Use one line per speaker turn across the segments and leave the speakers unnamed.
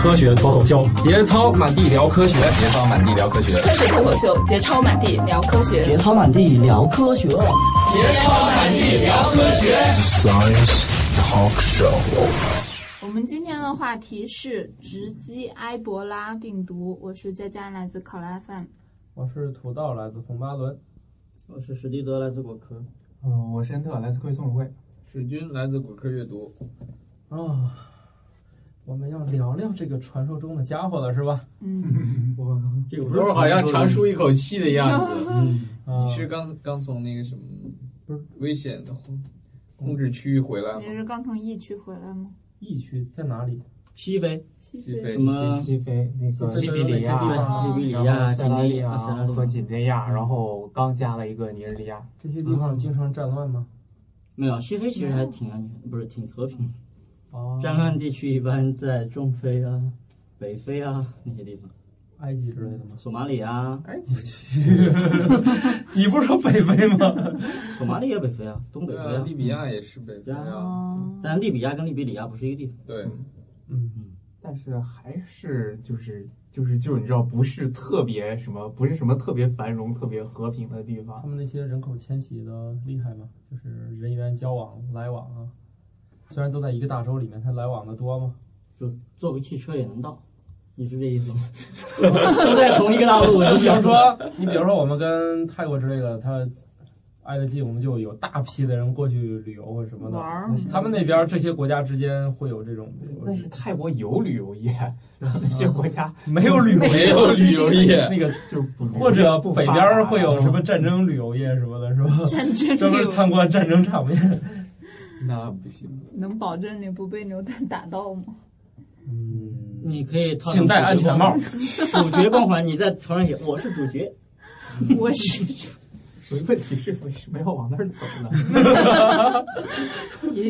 科学脱口秀，节操满地聊科学，
节操满地聊科学，
科学脱口秀，节操满地聊科学，
节操满地聊科学，节
操满地聊科学。
Science Talk Show。
我们今天的话题是直击埃博拉病毒。我是佳佳，来自考拉 FM。
我是土豆，来自红巴伦。
我是史蒂德，来自果壳。
嗯、呃，我是恩特，来自会宋会。
史军来自果壳阅读。
啊、哦，我们要聊聊这个传说中的家伙了，是吧？
嗯。我
这土豆好像长舒一口气的样子。嗯嗯、
啊
你是刚刚从那个什么不是危险的控制区域回来吗？
你是刚从疫区回来吗？
疫区在哪里？
西非，
西
嗯
非，
什么
西非？那个利比里亚、
利比里亚、
啊塞拉利昂和几内亚，然后刚加了一个尼日利亚。
这些地方经常战乱吗？
没有，西非其实还挺安全，不是挺和平。哦。战
啊
乱地区一般在中非啊、北非啊那些地方，
埃及之类的吗？
索马里啊，
埃及。哎你不是说北非吗？ 呃
索马里也北非啊，东北非啊。
利比亚也是北非啊，
哦
但利比亚跟利比里亚不是一个地方。
对。
嗯，但是还是就是就是就是你知道，不是特别什么，不是什么特别繁荣、特别和平的地方。
他们那些人口迁徙的厉害吗？就是人员交往来往啊，虽然都在一个大洲里面，他来往的多吗？
就坐个汽车也能到，你是这意思吗？ 都在同一个大 陆，
你比如说，你比如说我们跟泰国之类的，他。挨得近，我们就有大批的人过去旅游或什么
嗯
的。他们那边这些国家之间会有这种。
那是泰国有旅游业， 那些国家
没有旅游，
没有旅游业。
那个就
或者北边会有什么战争旅游业什么的，是吧？
战争
专门参观战争场面。
那不行。
能保证你不被牛弹打到吗？
嗯，
你可以
请戴安全帽，
哦
主角光环。你在头上写“我是主角”，
我是主。
所以问题是为什么要往那儿走呢？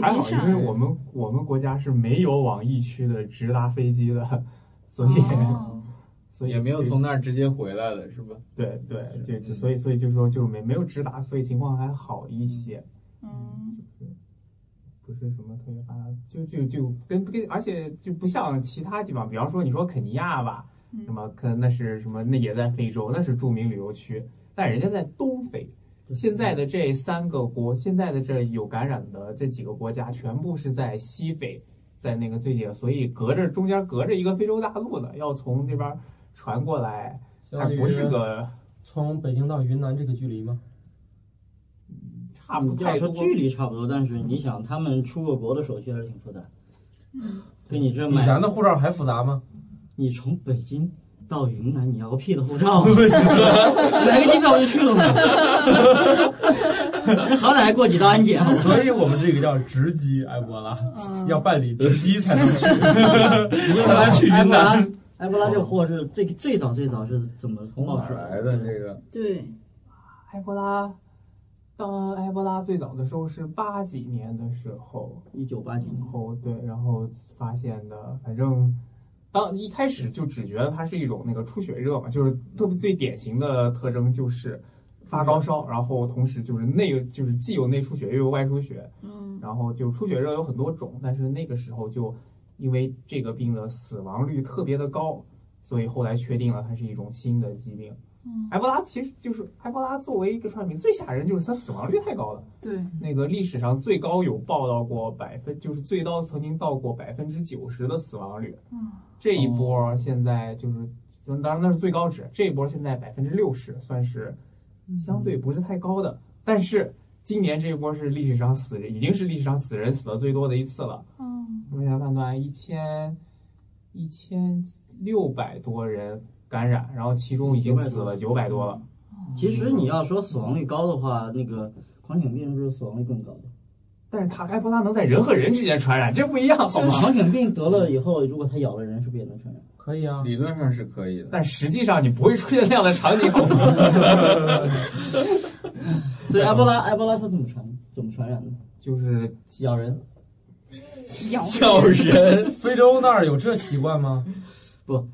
还好，因为我们我们国家是没有往疫区的直达飞机的，所以、
哦、
所以
也没有从那儿直接回来的是吧？嗯
对对，对就所以所以就说就是没没有直达，所以情况还好一些。
嗯，
不是什么特别发达，就就就跟跟，而且就不像其他地方，比方说你说肯尼亚吧，什么可那是什么那也在非洲，那是著名旅游区。但人家在东非，现在的这三个国，现在的这有感染的这几个国家，全部是在西非，在那个最近，所以隔着中间隔着一个非洲大陆呢，要从这边传过来，还不是
嗯
个
从北京到云南这个距离吗？
差不多。
要说距离差不多，但是你想，他们出过国的手续还是挺复杂。对你这
比咱的护照还复杂吗？
你从北京。到云南，你要个屁的护照！ 来个机票我就去了嘛。 好歹还过几道安检，啊
所以我们这个叫直击埃博拉，
嗯
嗯
要办理直击才能去。
埃
博拉去云南，
埃博拉这货是最最早最早是怎么从冒出
来的？这个
对，
埃博拉，当埃博拉最早的时候是八几年的时候，
一九八几年
后对，然后发现的，反正。当一开始就只觉得它是一种那个出血热嘛，就是特别最典型的特征就是发高烧，然后同时就是内就是既有内出血又有外出血，
嗯，
然后就出血热有很多种，但是那个时候就因为这个病的死亡率特别的高，所以后来确定了它是一种新的疾病。埃博拉其实就是埃博拉作为一个传染病最吓人就是它死亡率太高了，
对，
那个历史上最高有报道过百分，就是最高曾经到过百分之九十的死亡率，
嗯，
这一波现在就是，当然那是最高值，这一波现在百分之六十算是相对不是太高的，但是今年这一波是历史上死人已经是历史上死人死的最多的一次了，
嗯，
目前判断一千一千六百多人。感染，然后其中已经死了九百多了。
其实你要说死亡率高的话，那个狂犬病不是死亡率更高的？
但是它埃博拉能在人和人之间传染，这不一样好吗？
狂犬病得了以后，如果它咬了人，是不是也能传染？
可以啊，
理论上是可以的，
但实际上你不会出现那样的场景，好吗？
所以
嗯
埃博拉，埃博拉它怎么传？怎么传染的？
就是
咬人，
咬
咬人。
非洲那儿有这习惯吗？
不。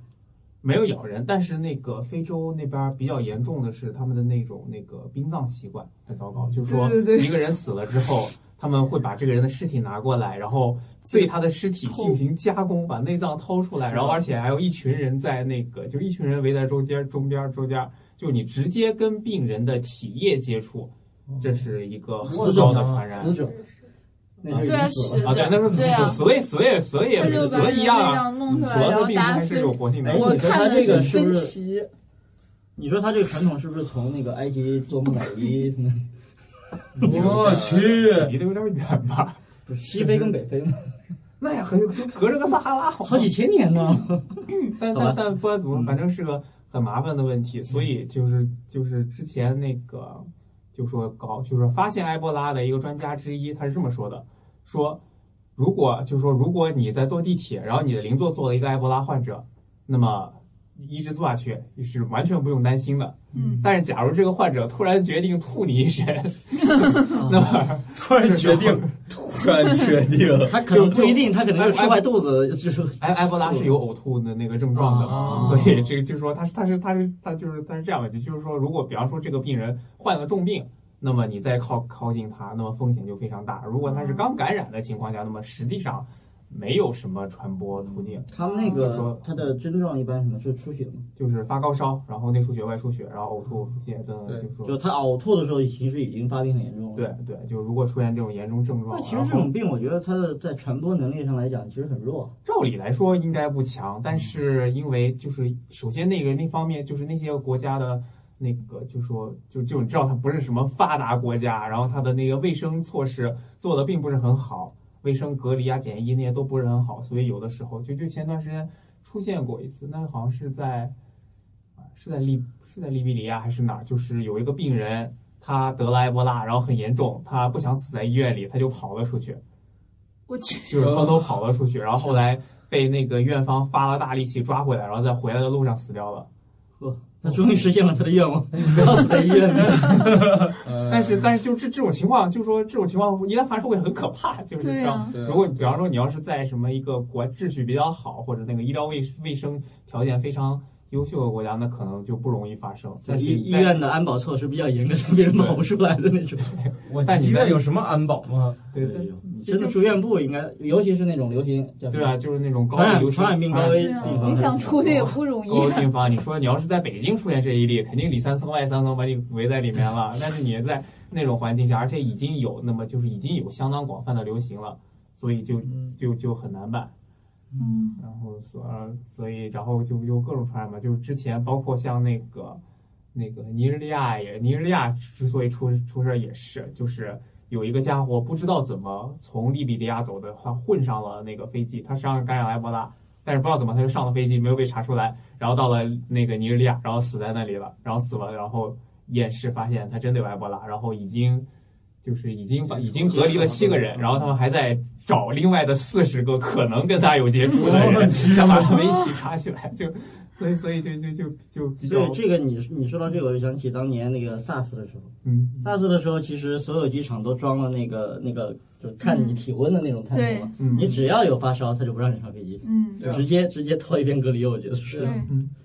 没有咬人，但是那个非洲那边比较严嗯重的是他们的那种那个殡葬习惯很糟糕，就是说一个人死了之后，他们会把这个人的尸体拿过来，然后对他的尸体进行加工，把内脏掏出来，然后而且还有一群人在那个，就一群人围在中间，中边中间，就你直接跟病人的体液接触，这是一个很高的传染。
死者，那就已
对啊，
经死
死
了。
啊，对，那是死
对啊
死类死类死类
他就把
死
那
一样
个
啊，
样弄出来，
死了
然
的
后
病
大
还
家
是
分
有，活性的
哎，
我
你说
看
他
的
这个是
分
不是？
歧，
你说他这个传统是不是从那个埃及做木乃伊什么 的？
我去，
离得有点远 吧？
不是西非跟北非吗？
那也很就隔着个撒哈拉，好
好几千年呢。
但
好吧
但但不管怎么，反正是个很麻烦的问题。所
嗯
以就是就是之前那个就说搞就是发现埃博拉的一个专家之一，他是这么说的：说如果就是说如果你在坐地铁，然后你的邻座坐了一个埃博拉患者，那么一直坐下去你是完全不用担心的。
嗯，
但是假如这个患者突然决定吐你一身，那
啊
么
突然决定，
突然确定了，
他可能不一定，他可能是吃坏肚子，就是
埃埃博拉是有呕吐的那个症状的，
啊
所以这个就是说他是他是他是他就是他是这样问题，就是说如果比方说这个病人患了重病，那么你再靠靠近他，那么风险就非常大。如果他是刚感染的情况下，那么实际上没有什么传播途径，
他们那
就
个
说
他的症状一般什么是出血嘛？
就是发高烧，然后内出血、外出血，然后呕吐、腹泻等等，
对
就是
就
说
他呕吐的时候，其实已经发病很严重了。
嗯对对，就如果出现这种严重症状
那，其实
然
这
后
种病，我觉得它的在传播能力上来讲，其实很弱。啊
照理来说应该不强，但是因为就是首先那个那方面就是那些国家的那个就说就就你知道它不是什么发达国家，然后它的那个卫生措施做的并不是很好，卫生隔离啊、检疫那些都不是很好，所以有的时候就就前段时间出现过一次，那好像是在啊是在利是在利比里亚还是哪儿，就是有一个病人他得了埃博拉，然后很严重，他不想死在医院里，他就跑了出去。
我去，
就是
嗯
偷偷跑了出去，然后后来被那个院方发了大力气抓回来，然后在回来的路上死掉了。
嗯呵，他终于实现了他的愿 望，不要死在医院里。
但是但是就这这种情况，就是说这种情况一旦发生会很可怕，就是这
对
样。
啊，
对
如果比方说你要是在什么一个国秩序比较好，或者那个医疗卫卫生条件非常优秀的国家，那可能就不容易发生。
就
但是
医医
在
院的安保措施比较严格，让别人跑不出来的那种。
我
但你
医院
在
有什么安保吗？
对对
真的住院部应该，尤其是那种流行叫什么
对啊，，就是那种高
传
流
染
行
传染病高危
对
地
啊
方，哦
你想出去也不 容易
高。的地方，你说你要是在北京出现这一例，肯定里三层外三层把你围在里面了。但是你在那种环境下，而且已经有那么就是已经有相当广泛的流行了，所以就
嗯
就就很难办。
嗯，
然后所呃所以然后就就各种传染嘛，就是之前包括像那个那个尼日利亚也尼日利亚之所以出出事儿也是，就是有一个家伙不知道怎么从利比利亚走的，他混上了那个飞机，他身上感染埃博拉，但是不知道怎么他就上了飞机，没有被查出来，然后到了那个尼日利亚，然后死在那里了，然后死了，然后验尸发现他真的有埃博拉，然后已经。就是已经把已经隔离了七个人，然后他们还在找另外的四十个可能跟他有接触 的人，想把他们一起查起来，就所以所以就就就就比较
所以这个你你说到这个，我就想起当年那个 SARS 的时候
嗯
，SARS 的时候，其实所有机场都装了那个那个，就是看你体温的那种探
嗯对
测嘛。
嗯
你只要有发烧，他就不让你上飞机，
嗯，
对啊
直接直接拖一遍隔离。我觉得是
对，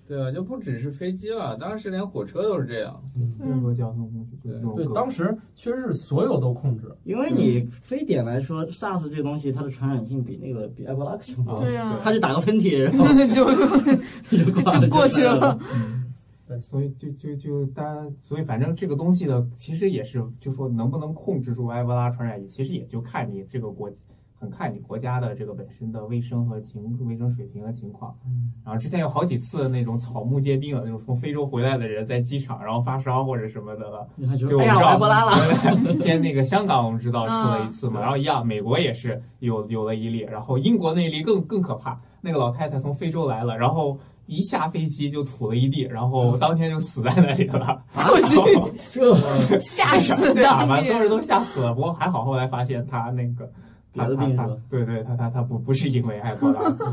对啊，就不只是飞机了，当时连火车都是这样。
任
嗯
何交通工具就是这种
对，
各
当时确实是所有都控制，
因为你非典来说，SARS 这个东西它的传染性比那个比埃博拉强，
啊
对啊
他就打个喷嚏，然后就挂
嗯就过去了。
对所以就就就大家，所以反正这个东西的其实也是，就说能不能控制住埃博拉传染，其实也就看你这个国，很看你国家的这个本身的卫生和情卫生水平和情况。然后之前有好几次那种草木皆兵的那种从非洲回来的人在机场然后发烧或者什么的了，
你看，就
就是我
哎
们知
呀，我埃
道
博拉了。
之前那个香港我们知道出了一次嘛，然后一样，美国也是有有了一例，然后英国那一例更更可怕，那个老太太从非洲来了，然后一下飞机就吐了一地，然后当天就死在那里了。嗯 我去，
这
吓死
对啊，
当
把
地
所有人都吓死了。不过还好后来发现他那个。
别
他
的
他
病是
他
吧，
对对，他他他不不是因为 埃博拉死的，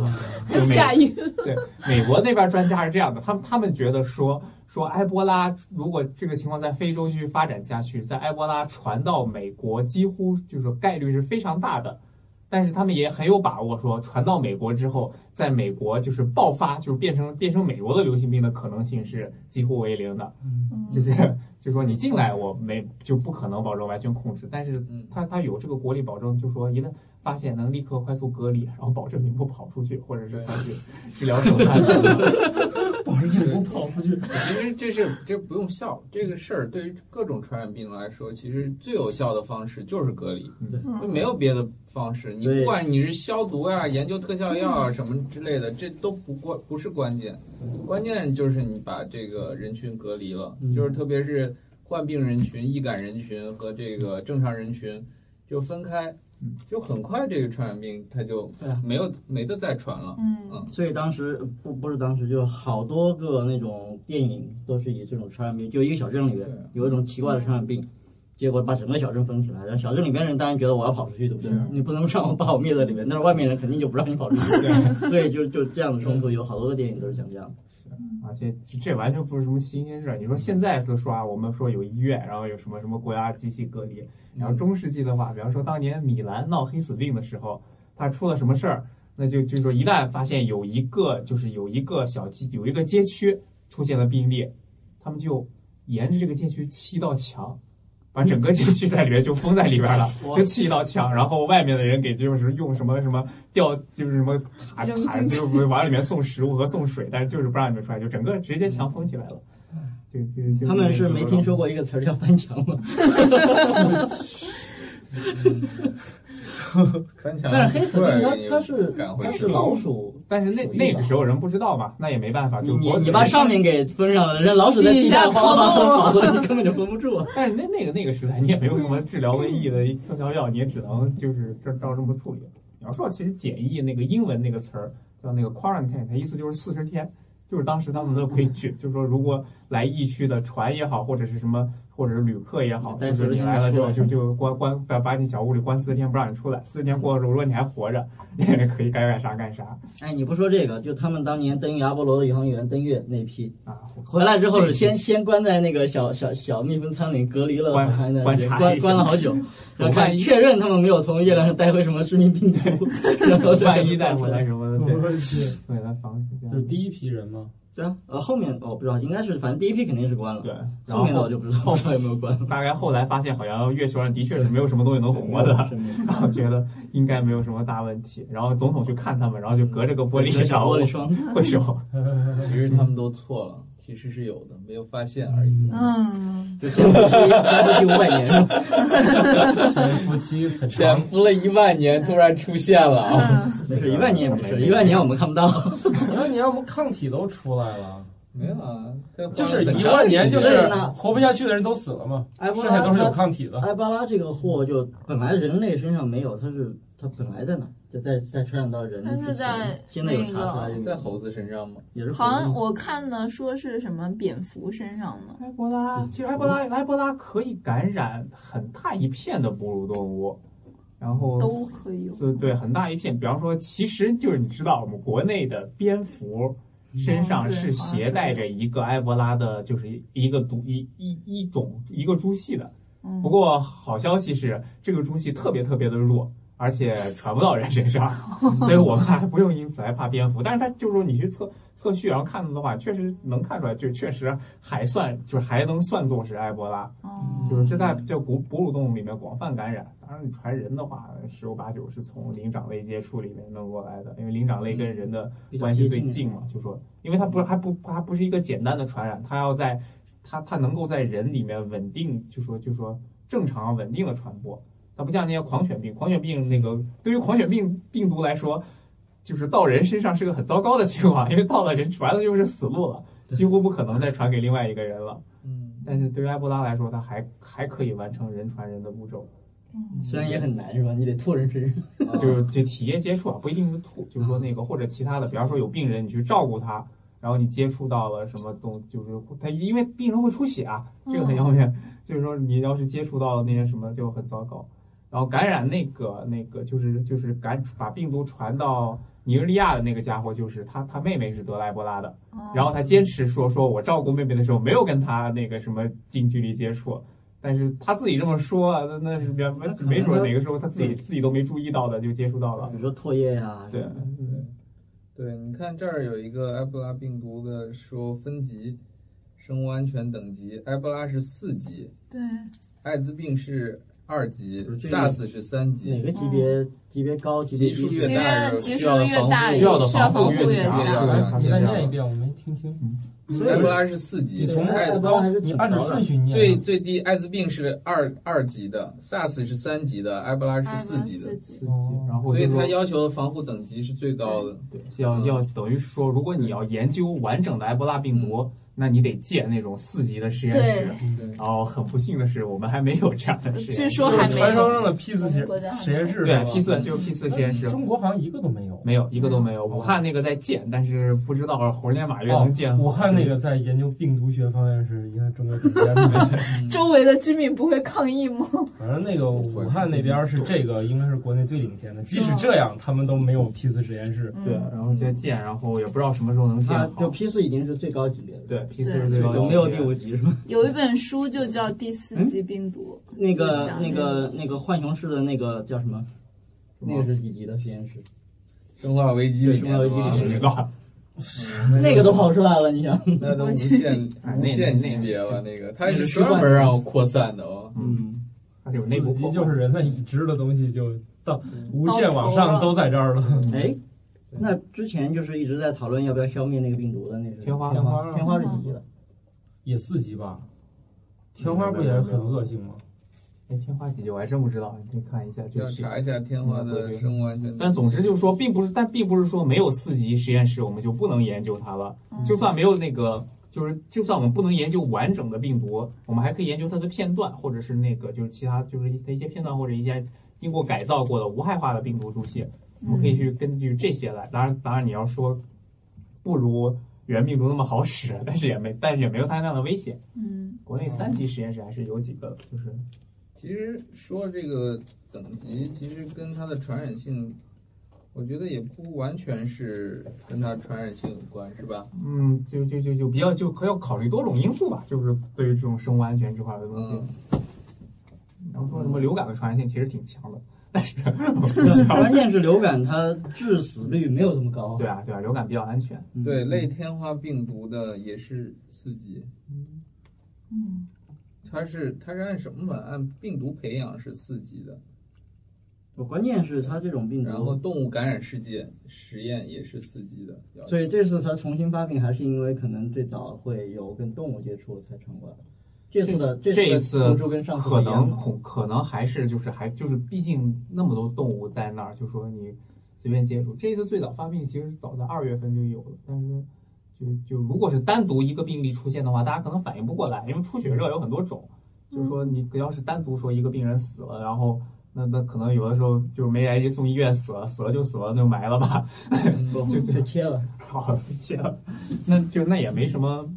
就美
吓晕，
对，美国那边专家是这样的，他们他们觉得说说埃博拉如果这个情况在非洲继续发展下去，在埃博拉传到美国几乎就是概率是非常大的。但是他们也很有把握说，传到美国之后，在美国就是爆发，就是变成变成美国的流行病的可能性是几乎为零的。就是就说你进来，我没就不可能保证完全控制，但是他他有这个国力保证，就说一旦发现能立刻快速隔离，然后保证你不跑出去，或者是采取治疗手段。
保证你不跑出去。
其实这是这不用笑，这个事儿对于各种传染病来说，其实最有效的方式就是隔离，就没有别的方式。你不管你是消毒啊、研究特效药啊
嗯
什么之类的，这都不关不是关键，关键就是你把这个人群隔离了，就是特别是患病人群、易感人群和这个正常人群就分开。就很快，这个传染病它就没有没得再传了。嗯，
所以当时不不是当时，就好多个那种电影都是以这种传染病，就一个小镇里面有一种奇怪的传染病，结果把整个小镇封起来。然后小镇里面人当然觉得我要跑出去，对不对？你不能让我把我灭在里面，但是外面人肯定就不让你跑出去。 所以就就这样的冲突，有好多个电影都是讲这样的。
而且啊这完全不是什么新鲜事儿。你说现在就说啊，我们说有医院，然后有什么什么国家机器隔离。然后中世纪的话，比方说当年米兰闹黑死病的时候，他出了什么事儿？那就就是说，一旦发现有一个就是有一个小区有一个街区出现了病例，他们就沿着这个街区砌一道墙，把整个街区在里面就封在里边 了，就砌一道墙，然后外面的人给就是用什么什么吊就是什么塔塔就往里面送食物和送水，但是就是不让你们出来，就整个直接墙封起来了。
嗯他们是没听说过一个词儿叫翻墙吗？
翻墙。
但是黑死病它它是它是老鼠，
但是那那个时候人不知道嘛，那也没办法。就
你你把上面给封上了，人老鼠在
地
下
下
跑
跑动
跑 跑，你根本就封不住。啊
但是那那个那个时代，你也没有什么治疗瘟疫的特效药，你也只能就是照照这么处理。你要说其实简易那个英文那个词儿叫那个 quarantine，它意思就是四十天。就是当时他们的规矩，就是说，如果来疫区的船也好，或者是什么，或者是旅客也好，就是你来了之后就就关关把把你小屋里关四十天不让你出来，四十天过了之后，如果你还活着， 你也可以该干啥干啥
哎，你不说这个，就他们当年登阿波罗宇航员登月那批，
啊。
回来之后先先关在那个小小小密封舱里隔离了，
观
还在那
观
边
察
关
一下
关了好久，然后看
万一
确认他们没有从月亮上带回什么致命病毒，然后再
万一带回来什么的，对，
我去，
为了防止这
嗯就是
样。
第一批人 吗？
对啊，呃，后面我不知道，应该是反正第一批肯定是关了，
对，然
后面的我
后
就不知道不知道有没有关。
大概后来发现，好像月球上的确是没有什么东西能活的，然后觉得应该没有什么大问题。然后总统去看他们，然后就隔着个玻璃，然
小
后
玻璃窗，
挥手。
其实他们都错了，其实是有的，没有发现而已。
嗯，
就先不去先不去五百年是吧？
夫妻很
潜
长，
伏了一万年，突然出现了
嗯
啊！
没事，一万年也没事，一万年我们看不到。
一万年我们抗体都出来了，
没有啊，它花
就
了
是
很
一
长
万年就
时间
是
对那
活不下去的人都死了嘛，
埃博
剩下
拉
都是有
它
抗体的。
埃博拉这个祸就本来人类身上没有，它是它本来在哪？就在在传染到人之前，
它是在
现在有查出来这
在
个，
猴子身上吗？
也是
好像我看的说是什么蝙蝠身上的，
埃博拉，其实埃博拉埃博拉可以感染很大一片的哺乳动物，然后呃
都可以有。
对对，很大一片。比方说，其实就是你知道，我们国内的蝙蝠身上是携带着一个埃博拉的，就是一个毒一一一种一个株系的。
嗯
不过好消息是，这个株系特别特别的弱。而且传不到人身上，所以我们还不用因此害怕蝙蝠。但是它就是说，你去测测序，然后看的话，确实能看出来，就确实还算，就是还能算作是埃博拉。
哦，
就是这在这哺哺乳动物里面广泛感染。当然，你传人的话，十有八九是从灵长类接触里面弄过来的，因为灵长类跟人的关系最近嗯嘛。就说，因为它不是还不它不是一个简单的传染，它要在它它能够在人里面稳定，就说就说正常稳定的传播。它不像那些狂犬病，狂犬病那个对于狂犬病病毒来说，就是到人身上是个很糟糕的情况，因为到了人传了就是死路了，几乎不可能再传给另外一个人了。
嗯，
但是对于埃博拉来说，它还还可以完成人传人的步骤，
嗯
虽然也很难是吧？你得吐人身上。
啊
就是就体液接触啊，不一定是吐，就是说那个或者其他的，比方说有病人你去照顾他，然后你接触到了什么东，就是他因为病人会出血啊，这个很要命， 就是说你要是接触到了那些什么就很糟糕，然后感染那个那个就是就是感把病毒传到尼日利亚的那个家伙，就是他他妹妹是得了埃博拉的。然后他坚持说说我照顾妹妹的时候没有跟她那个什么近距离接触，但是他自己这么说啊，那那是没没准哪个时候他自己自己都没注意到的就接触到了
比。如说唾液呀，
对，
对，你看这儿有一个埃博拉病毒的说分级，生物安全等级，埃博拉是四级，
对，
艾滋病是二级
不是这个
，SARS 是三
哪
级，
个级别级别高，级别
级数
低，
越大
级
需
数
要的
越
防
大
护
越
需要的
需要
防护
防护
越
越
强
强
对
对啊
他
你
们
再
这样
念一嗯遍，我没听清。
所
埃博
以
拉是四级，
啊你从高
艾
埃
滋
博拉
高
还是，挺
你按照顺序念。
最最低艾滋病是二二级的，SARS 是三级的，埃博拉是四级的
四，级，
自己然后
所以
就
它
说
要求的防护等级是最高的。
对，要要等于说，如果你要研究完整的埃博拉病毒，那你得建那种四级的实验室。
对，
然后很不幸的是，我们还没有这样的实
据
验室。
说还
就是
没
传
有
说中的 P 四实
国家还没
实验室，
对
是吧
P 四就是 P 四实验室，
中国好像一个都没有。
没有一个都没有。
嗯
武汉那个在建，但是不知道猴年马月
哦
能建。
武汉那个在研究病毒学方面是应该中国顶尖的，
周围的居民不会抗议吗？
反正那个武汉那边是这个应该是国内最领先的。即使这样，他们都没有 P 四实验
嗯
室。
对，然后就建，然后也不知道什么时候能建
啊，就
好。
P 四已经是最高级别了，
对 P 四是最高
有
级别
没有第五级是 吧？
有一本书就叫《第四级病毒
那个
讲
那个那个浣熊市的那个叫什么？那个是几级的实验室？
生化危机里面的
对生化
吗
危机里
十个？
那个都跑出来了，你想？
那都无限
哎
无
那
限级
那
别了，那个它
那
是
是
专门让我扩散的哦。
嗯，
它是有内部
四级
破坏。
就是人类已知的东西，就到无限往上都在这儿了。
嗯
哎，那之前就是一直在讨论要不要消灭那个病毒的那个
天花
天花
天花是几级的？
也四级吧？天花不也是很恶性吗？
哎，天花几级我还真不知道，你可以看一下 就
要
是。嗯
查一下天花的生物安全
但总之就是说，并不是，但并不是说没有四级实验室我们就不能研究它了。就算没有那个，就是就算我们不能研究完整的病毒，我们还可以研究它的片段，或者是那个就是其他就是一一些片段或者一些经过改造过的无害化的病毒株系，我们可
嗯
以去根据这些来。当然，当然你要说不如原病毒那么好使，但是也没，但是也没有它那样的危险。》。
嗯，
国内三级实验室还是有几个的，就是
其实说这个等级，其实跟它的传染性，我觉得也不完全是跟它传染性有关，是吧？
嗯，就就就就比较就可要考虑多种因素吧，就是对于这种生物安全这块的东西。
嗯，
然后说什么流感的传染性其实挺强的，
关键是流感它致死率没有这么高。
对啊对啊，流感比较安全。
嗯
对，类天花病毒的也是四级。
嗯，
它是它是按什么吧？按病毒培养是四级的，
我关键是它这种病
然后
毒，
动物感染世界实验也是四级的。要求
所以这次它重新发病，还是因为可能最早会有跟动物接触才传过来。这次的
这
这
一
次
次
的毒株跟上次不
可
一样
能
吗
恐可能还是就是还就是，毕竟那么多动物在那儿，就说你随便接触。这一次最早发病其实早在二月份就有了，但是就就如果是单独一个病例出现的话，大家可能反应不过来，因为出血热有很多种，就是说
嗯
你要是单独说一个病人死了，然后。那那可能有的时候就是没来得及送医院，死了死了就死了，那就埋了吧，
不
就就
嗯被切了。
好，就切了，那就那也没什么，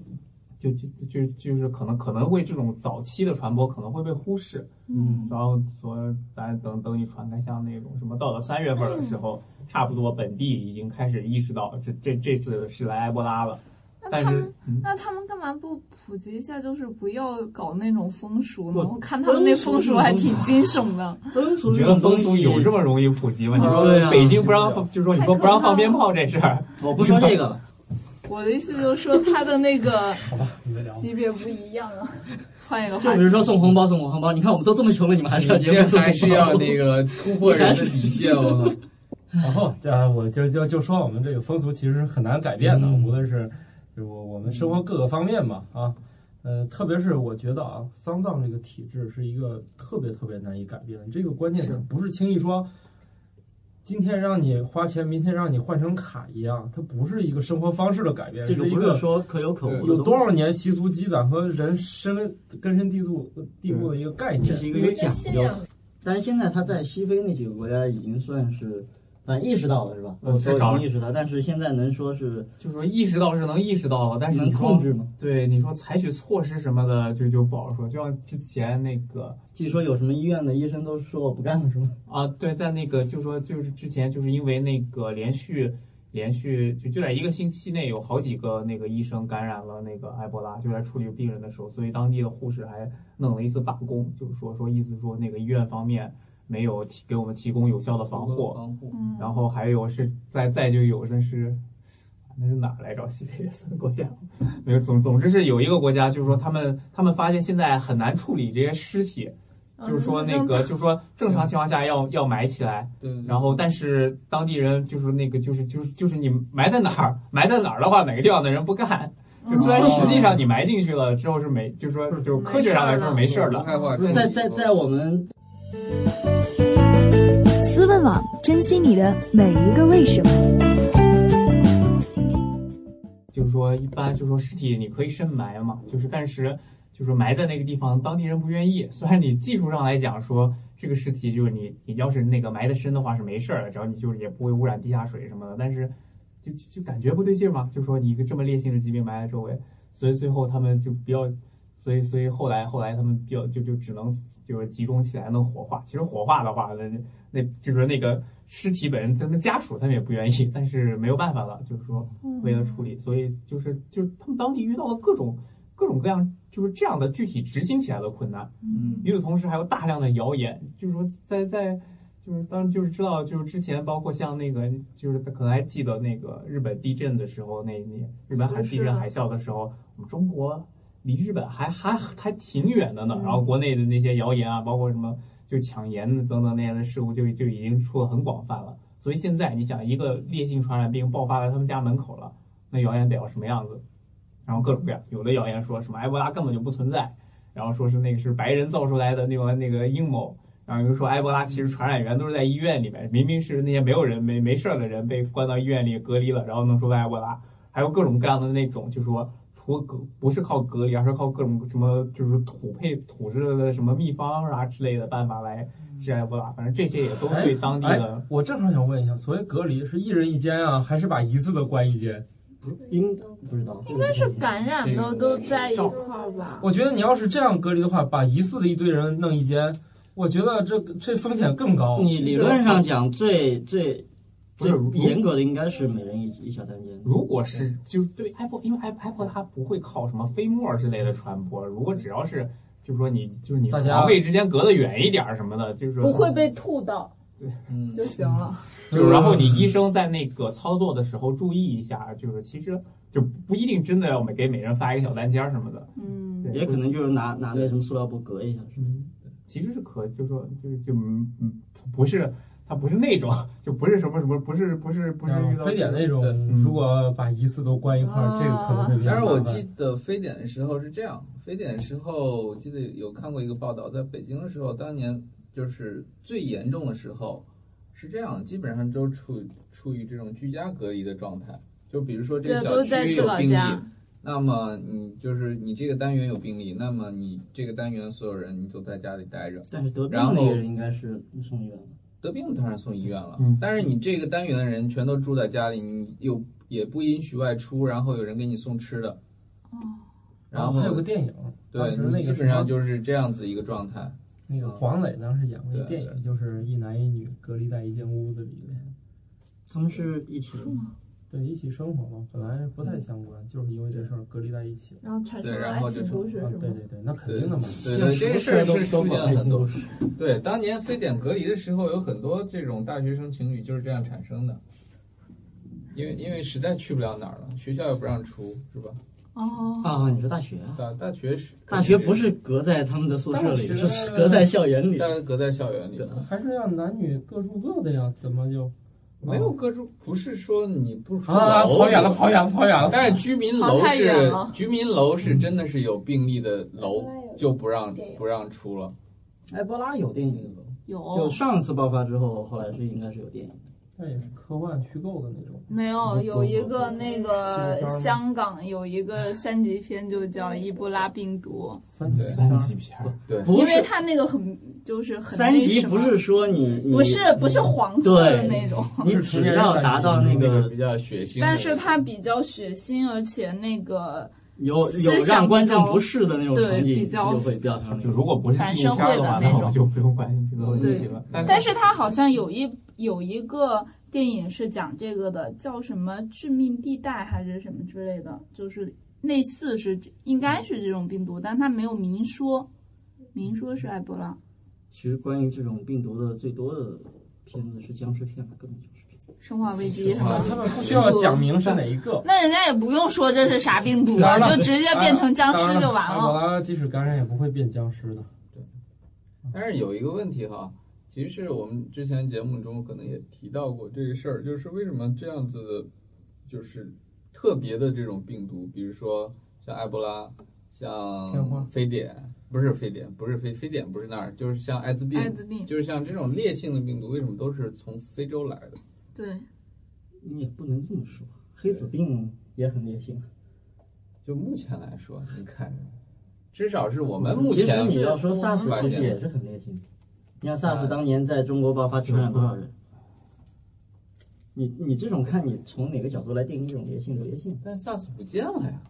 就就就就是可能可能会这种早期的传播可能会被忽视，
嗯，
然后所大家等等你传开像那种什么到了三月份的时候，
嗯
差不多本地已经开始意识到这这这次是来埃博拉了，
那
但
他
是
们。
嗯
那他们干嘛不普及一下？就是不要搞那种风俗呢？
不
我看他们那风俗还挺惊悚的，
风俗
你
这
觉得
种东
风
西
俗有这么容易普及吗？你
对啊
说北京不让放，就说你说不让放鞭炮这事儿，
我不说这个了，
我的意思就是说他的那个
好吧，你们聊。
级别不一样啊。换一个
就
话
比
题，
如说送红包送我红包，你看我们都这么穷了，你们还是要
你
结婚
这
送
还是
红包
要。那个突破人的底线，哦我靠！
然后，啊，我就就就说我们这个风俗其实很难改变的，无论是就是我我们生活各个方面嘛，啊，呃，特别是我觉得啊，丧葬这个体制是一个特别特别难以改变的，这个观念可不是轻易说。今天让你花钱，明天让你换成卡一样，它不是一个生活方式的改变，
这
是
个
一
不是
个
说可有可无的东西，
有多少年习俗积攒和人深根深蒂固蒂固的一个概念。
这是一个有讲究。但是现在他在西非那几个国家已经算是，反正意识到了是吧？
嗯
都
至少
都已经意识到，但是现在能说是
就是说意识到是能意识到了，但是
能
你说
控制吗？
对你说采取措施什么的，就就不好说。就像之前那个
据说有什么医院的医生都说我不干了是吗？
啊，对，在那个就说就是之前就是因为那个连续连续就就在一个星期内有好几个那个医生感染了那个埃博拉，就在处理病人的时候，所以当地的护士还弄了一次罢工，就是说说意思说那个医院方面没有提给我们提供有效的防护，
防护，
嗯，
然后还有是再再就有那是那是哪儿来着？西非三个国家 没有，总总之是有一个国家，就是说他们他们发现现在很难处理这些尸体，哦就是说那个就是说正常情况下要要埋起来。
对对对
然后，但是当地人就是那个，就是就是就是你埋在哪儿，埋在哪儿的话，哪个地方的人不干。就虽然实际上你埋进去了之后是没，就是说就是科学上来说没事儿
不
了。
害怕
在在在我们
思问网，珍惜你的每一个为什么。
就是说一般就是说尸体你可以深埋嘛，就是但是就是说埋在那个地方，当地人不愿意。虽然你技术上来讲说这个尸体就是你你要是那个埋的深的话是没事儿的，只要你就是也不会污染地下水什么的，但是就就就感觉不对劲儿嘛。就说你一个这么烈性的疾病埋在周围，所以最后他们就比较。所以，所以后来，后来他们比较就就只能就是集中起来弄火化。其实火化的话，那那就是那个尸体本人，他们家属他们也不愿意，但是没有办法了，就是说
嗯
为了处理，所以就是就是他们当地遇到了各种各种各样就是这样的具体执行起来的困难。
嗯
与此同时，还有大量的谣言，就是说在在就是当就是知道就是之前包括像那个就是可能还记得那个日本地震的时候，那那日本海地震海啸的时候，我们中国离日本还还还挺远的呢。然后国内的那些谣言啊，包括什么就抢盐等等那样的事故就就已经出的很广泛了。所以现在你想，一个烈性传染病爆发在他们家门口了，那谣言得要什么样子？然后各种各样，有的谣言说什么埃博拉根本就不存在，然后说是那个是白人造出来的那个那个阴谋，然后又说埃博拉其实传染源都是在医院里面，明明是那些没有人没没事儿的人被关到医院里隔离了，然后弄出埃博拉，还有各种各样的那种，就说除隔不是靠隔离，而是靠各种什么就是土配土制的什么秘方啊之类的办法来治埃博拉，反正这些也都对当地的
我正好想问一下，所谓隔离是一人一间啊，还是把疑似的关一间？
应不知道，
应该是感染的都在一块儿吧？
我觉得你要是这样隔离的话，把疑似的一堆人弄一间，我觉得这这风险更高。
嗯
你理论上讲最最
不
最
是如
严格的应该是每人一一小单间。
如果是就是对 Apple，因为 Apple Apple 它不会靠什么飞沫之类的传播，如果只要是就是说你就是你
大家
床位之间隔得远一点儿什么的，就是
不会被吐到
嗯
就行了。
就是然后你
嗯
医生在那个操作的时候注意一下，就是其实就不一定真的要每给每人发一个小单间儿什么的，
嗯，
对
也可能就是拿拿那什么塑料布隔一下，是吧
其实是可就是说就是就嗯嗯不是它不是那种就不是什么什么不是不是不是遇
嗯
到
非典那种，
嗯
如果把疑似都关一块儿，
啊
这个可能会比较
但
麻烦。
是我记得非典的时候是这样，非典的时候我记得有看过一个报道，在北京的时候，当年就是最严重的时候是这样，基本上都处处于这种居家隔离的状态。就比如说这个
对啊
小
都在
区
自
有
个
病例
家，
那么你就是你这个单元有病例，那么你这个单元所有人你就在家里待着，
但是得病
然后
那个人应该是送医院了。
得病当然送医院了。
嗯
但是你这个单元的人全都住在家里，你又也不允许外出，然后有人给你送吃的，
哦
然后
哦还有个电影，当
对，
时那
你基
个
本
什
上
么
就是这样子一个状态。
那个黄磊当时演过一个
对
电影，就是一男一女隔离在一间屋子里面，
他们是一起
对，一起生活嘛，本来不太相关，就是因为这事儿隔离在一起了。
然后
嗯
产生
对
了
然后
爱
就
情故事
啊
是，
对
吗？
对对，那肯定的嘛。
对对，这个事儿是出现了很多
都。是
对，当年非典隔离的时候，有很多这种大学生情侣就是这样产生的，因为因为实在去不了哪儿了，学校也不让出，是吧？
哦，
啊，你说大学啊？
大大学是
大学不是隔在他们的宿舍
大
里，
学
是隔在校园里
大。家隔在校园里
对
了，
还是要男女各住各的呀，怎么就
没有隔住，不是说你不出
啊？
楼
跑远了，跑远了，跑远了。
但是居民
跑
楼
太远
是
了嗯
居民楼是真的是有病例的楼就不让不让出了，
埃博哎拉有电影，就
有
上次爆发之后，后来是应该是有电影。
但也是科幻虚构的那种。
没有？有一个那个香港有一个三级片，就叫《伊波拉病毒
三级
嗯三级片儿，
对，
不》，
因为
是
它那个很就是很
三
那
级，
什
不
么
是说你你
不是不是黄色的
对
那种，
你只要达到那
那个
个
比较血腥的，
但是它比较血腥，而且那个
有
思
有
想
让观
比
众
较
不适的那种
对
场
比
景，
较
就会比较常
就如果不是
反
纪录
社
片儿
会的
话，
那
那我
种
就不用关心这个问题了。
对
但是它好像有一有一个电影是讲这个的，叫什么致命地带还是什么之类的，就是类似是应该是这种病毒，但它没有明说，明说是埃博拉。
其实关于这种病毒的最多的片子是僵尸片，各种僵尸片。
生化危机什
啊
么
他
的，
们不需要讲明是哪一个。
那人家也不用说这是啥病毒
当
啊，
然了
就直接变成僵尸就完
埃博
了。
拉即使感染也不会变僵尸的。
但是有一个问题哈，其实我们之前节目中可能也提到过这个事儿，就是为什么这样子的，就是特别的这种病毒，比如说像埃博拉，
天花
像非典，不是非典，不是非非典，不是那儿，就是像艾滋病，
艾滋病，
就是像这种烈性的病毒，为什么都是从非洲来的？
对，
你也不能这么说，黑死病也很烈性。
就目前来说，你看，至少是我们目前
其实你要说
发
SARS 其实也
现，
是很烈性。你看 SARS 当年在中国爆发传染多少人？你你这种看你从哪个角度来定义这种烈性不烈性？
但 SARS 不见了呀。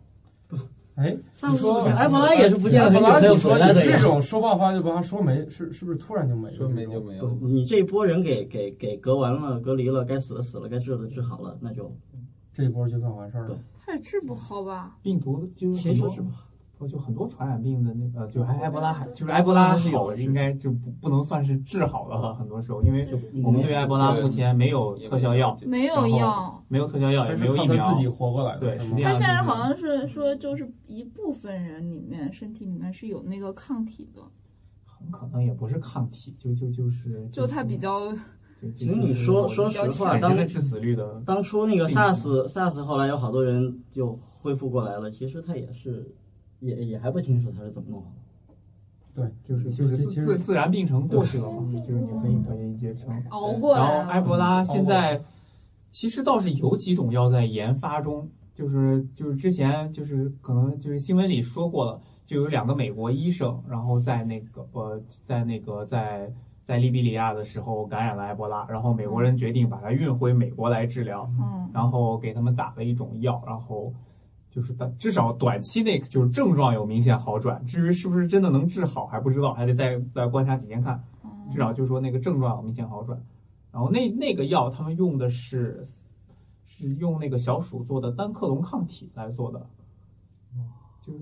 哎，
上
你说
埃博拉也是不见
埃
了
博
很久
拉，你
才回
说
来的
你这
呀。
种说爆发就爆发，说没是是不是突然就没了？
说没就没有
不，，你这一波人给给给隔完了、隔离了，该死的死了，该治的治好了，那就
这一波就算完事儿了。
它也治不好吧？
病毒就是
谁
很
说
多
什么？
哦就很多传染病的那个，呃就埃埃博拉还就是埃博拉好，应该就不不能算是治好了。很多时候，因为就我们对埃博拉目前没有特效药，
没有药，
没有特效药，也
还是
没有
靠
疫
他
苗
自。己活过来的，
对
是
实际
吗
他
上
现在好像是说，就是一部分人里面身体里面是有那个抗体的，
很可能也不是抗体，就就就是
就它比较
就。就
其实你说说实话，当
的致死率的，
当初那个
病毒
SARS SARS 后来有好多人就恢复过来了，其实他也是也也还不清楚他是怎么弄好的。
就是就是自自自然病程过去了嘛，就是你可以可以接受。
熬过
然
来
后哎埃
了。
博拉现在其实倒是有几种药在研发中，就是就是之前就是可能就是新闻里说过了，就有两个美国医生，然后在那个呃在那个在在利比里亚的时候感染了埃博拉，然后美国人决定把它运回美国来治疗，
嗯，
然后给他们打了一种药，然后。就是短，至少短期内就是症状有明显好转，至于是不是真的能治好还不知道，还得再再观察几天看。
嗯
至少就是说那个症状有明显好转。然后那那个药他们用的是是用那个小鼠做的单克隆抗体来做的，就是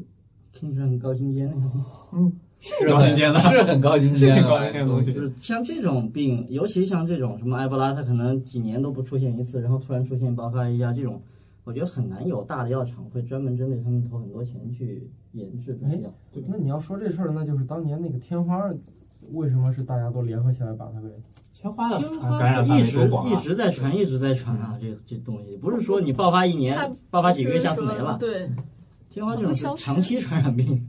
听起来很高精尖那种。
是很是很高精
是
尖
挺
的
高兴的东
就
西。
是像这种病，尤其像这种什么埃博拉，它可能几年都不出现一次，然后突然出现爆发一下，这种我觉得很难有大的药厂会专门针对他们投很多钱去研制
哎
这种药。
对那你要说这事儿，那就是当年那个天花，为什么是大家都联合起来把它给？
天花的
天
感
花
染
是
范
一
围多
直
广
一
啊！
直在传，一直在传啊，这这东西不是说你爆发一
它
年，爆发几个月，下次没了。
对，
天花这种是长期传染病，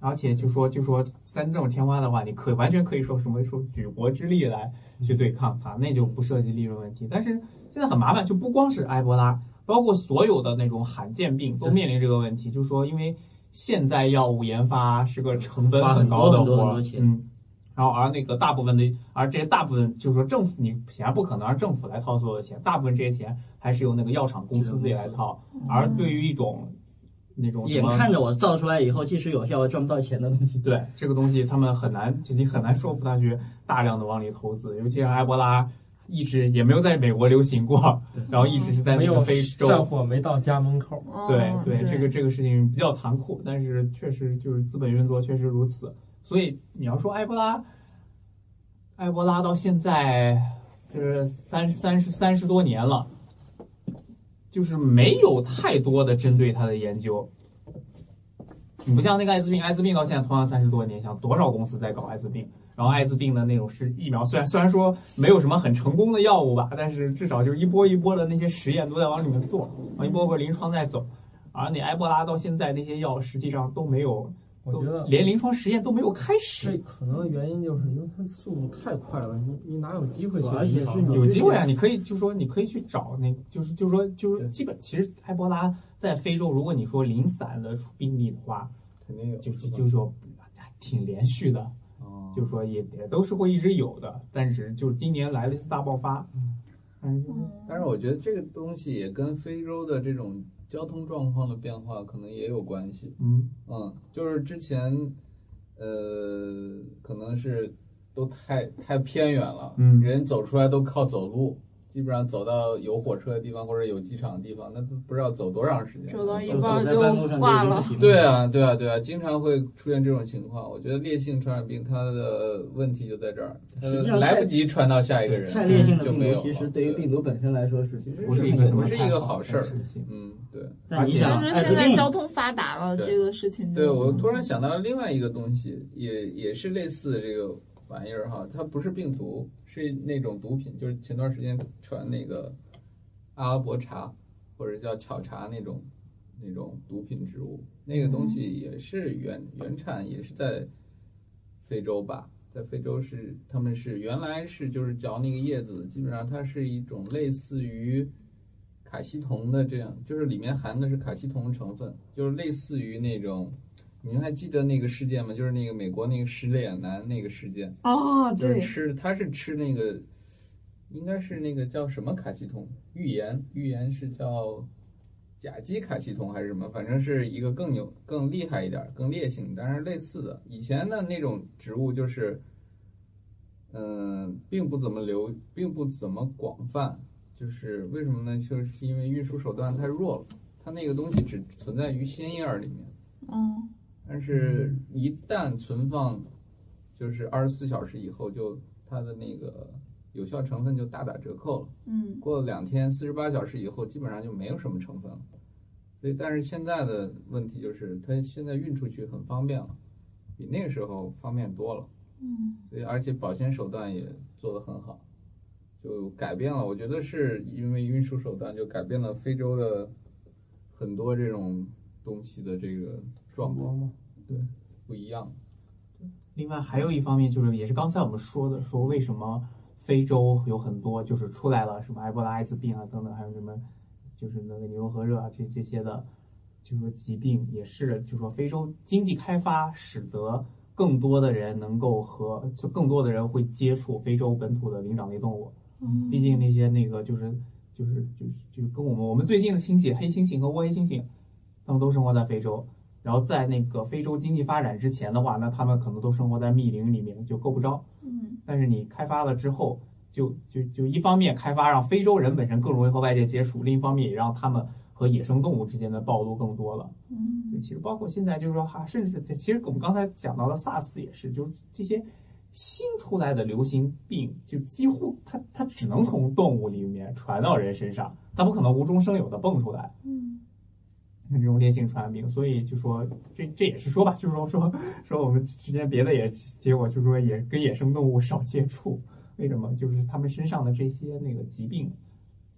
而且就说就说在那种天花的话，你可以完全可以说什么说举国之力来
嗯
去对抗它，那就不涉及利润问题。但是现在很麻烦，就不光是埃博拉，包括所有的那种罕见病都面临这个问题，就说因为现在药物研发是个成本高的
花很多
活
很
儿
多，钱
嗯。然后，而那个大部分的，而这些大部分就是说政府，你显然不可能让政府来掏所有的钱，大部分这些钱还是由那个药厂公司自己来掏。而对于一种那种什
眼
么
看着我造出来以后即使有效，赚不到钱的东西。
对这个东西，他们很难，就你很难说服他去大量的往里投资，尤其像埃博拉，一直也没有在美国流行过，然后一直是在
哦没
那个
有
非
战
洲。
火没到家门口，
哦
对
对
对，这个这个事情比较残酷，但是确实就是资本运作确实如此。所以你要说埃博拉，埃博拉到现在就是三三十三十多年了，就是没有太多的针对它的研究。你不像那个艾滋病，艾滋病到现在同样三十多年，想多少公司在搞艾滋病？然后艾滋病的那种是疫苗，虽然虽然说没有什么很成功的药物吧，但是至少就是一波一波的那些实验都在往里面做，往一波波临床在走。而你埃博拉到现在那些药实际上都没有，
我觉得
都连临床实验都没有开始
这。可能原因就是因为它速度太快了，你你哪有机会去
而且
临
是
床呢？
你
有机会啊，你可以就说你可以去找那，就是就说就是基本，其实埃博拉在非洲，如果你说零散的出病例的话，
肯定有，
就是就是说还挺连续的，
哦
就是说也也都是会一直有的，但是就是今年来了一次大爆发，嗯，
但是我觉得这个东西也跟非洲的这种交通状况的变化可能也有关系。
嗯，
嗯，就是之前，呃，可能是都太太偏远了，
嗯
人走出来都靠走路，基本上走到有火车的地方或者有机场的地方，那都不知道走多长时间。
走到一
走
半
走在
儿
半路上
就挂
就
了。
行
对，啊，对啊，对啊，经常会出现这种情况。我觉得烈性传染病它的问题就在这儿，它
实际上
来不及传到下一个人，
战略性的
就
病
没有
毒
了。
其实对于病毒本身来说是
对
不是
是
一个什
不
么
是一个好
的
事儿。
事情。
嗯，对。
但你
但
想，
是
艾滋
现在
病
交通发达了，
对
这个事情就嗯
对，我突然想到另外一个东西，也也是类似这个玩意儿哈，它不是病毒，是那种毒品，就是前段时间传那个阿拉伯茶或者叫巧茶那种那种毒品植物，那个东西也是原原产也是在非洲吧。在非洲是，他们是原来是就是嚼那个叶子，基本上它是一种类似于，卡西酮的这样，就是里面含的是卡西酮成分，就是类似于那种，你们还记得那个事件吗？就是那个美国那个失恋男那个事件，
哦，
就是
对，
吃他是吃那个，应该是那个叫什么卡西酮？预言预言是叫甲基卡西酮还是什么？反正是一个更牛、更厉害一点、更烈性，但是类似的。以前的那种植物就是，嗯、并不怎么流，并不怎么广泛。就是为什么呢？就是因为运输手段太弱了，它那个东西只存在于鲜叶儿里面。
嗯，
但是，一旦存放，就是二十四小时以后，就它的那个有效成分就大打折扣了。
嗯，
过了两天，四十八小时以后，基本上就没有什么成分了。所以，但是现在的问题就是，它现在运出去很方便了，比那个时候方便多了。嗯，所以而且保鲜手段也做得很好，就改变了。我觉得是因为运输手段就改变了非洲的很多这种东西的这个状况。
吗？
不一样。
另外还有一方面就是，也是刚才我们说的，说为什么非洲有很多就是出来了什么埃博拉艾滋病啊等等，还有什么就是那个牛和热啊这这些的，就是说疾病也是，就是说非洲经济开发使得更多的人能够和就更多的人会接触非洲本土的灵长类动物，毕竟那些那个就是就是就是就是跟我们我们最近的亲戚黑猩猩和窝黑猩猩，他们都生活在非洲。然后在那个非洲经济发展之前的话，那他们可能都生活在密林里面，就够不着。
嗯，
但是你开发了之后，就就就一方面开发让非洲人本身更容易和外界接触，另一方面也让他们和野生动物之间的暴露更多了。
嗯，
对，其实包括现在就是说哈，甚至在其实我们刚才讲到的 SARS 也是，就是这些新出来的流行病，就几乎它它只能从动物里面传到人身上，它不可能无中生有的蹦出来。
嗯，
这种烈性传染病，所以就说这这也是说吧，就是说说说我们之间别的也结果就是说也跟野生动物少接触，为什么？就是他们身上的这些那个疾病，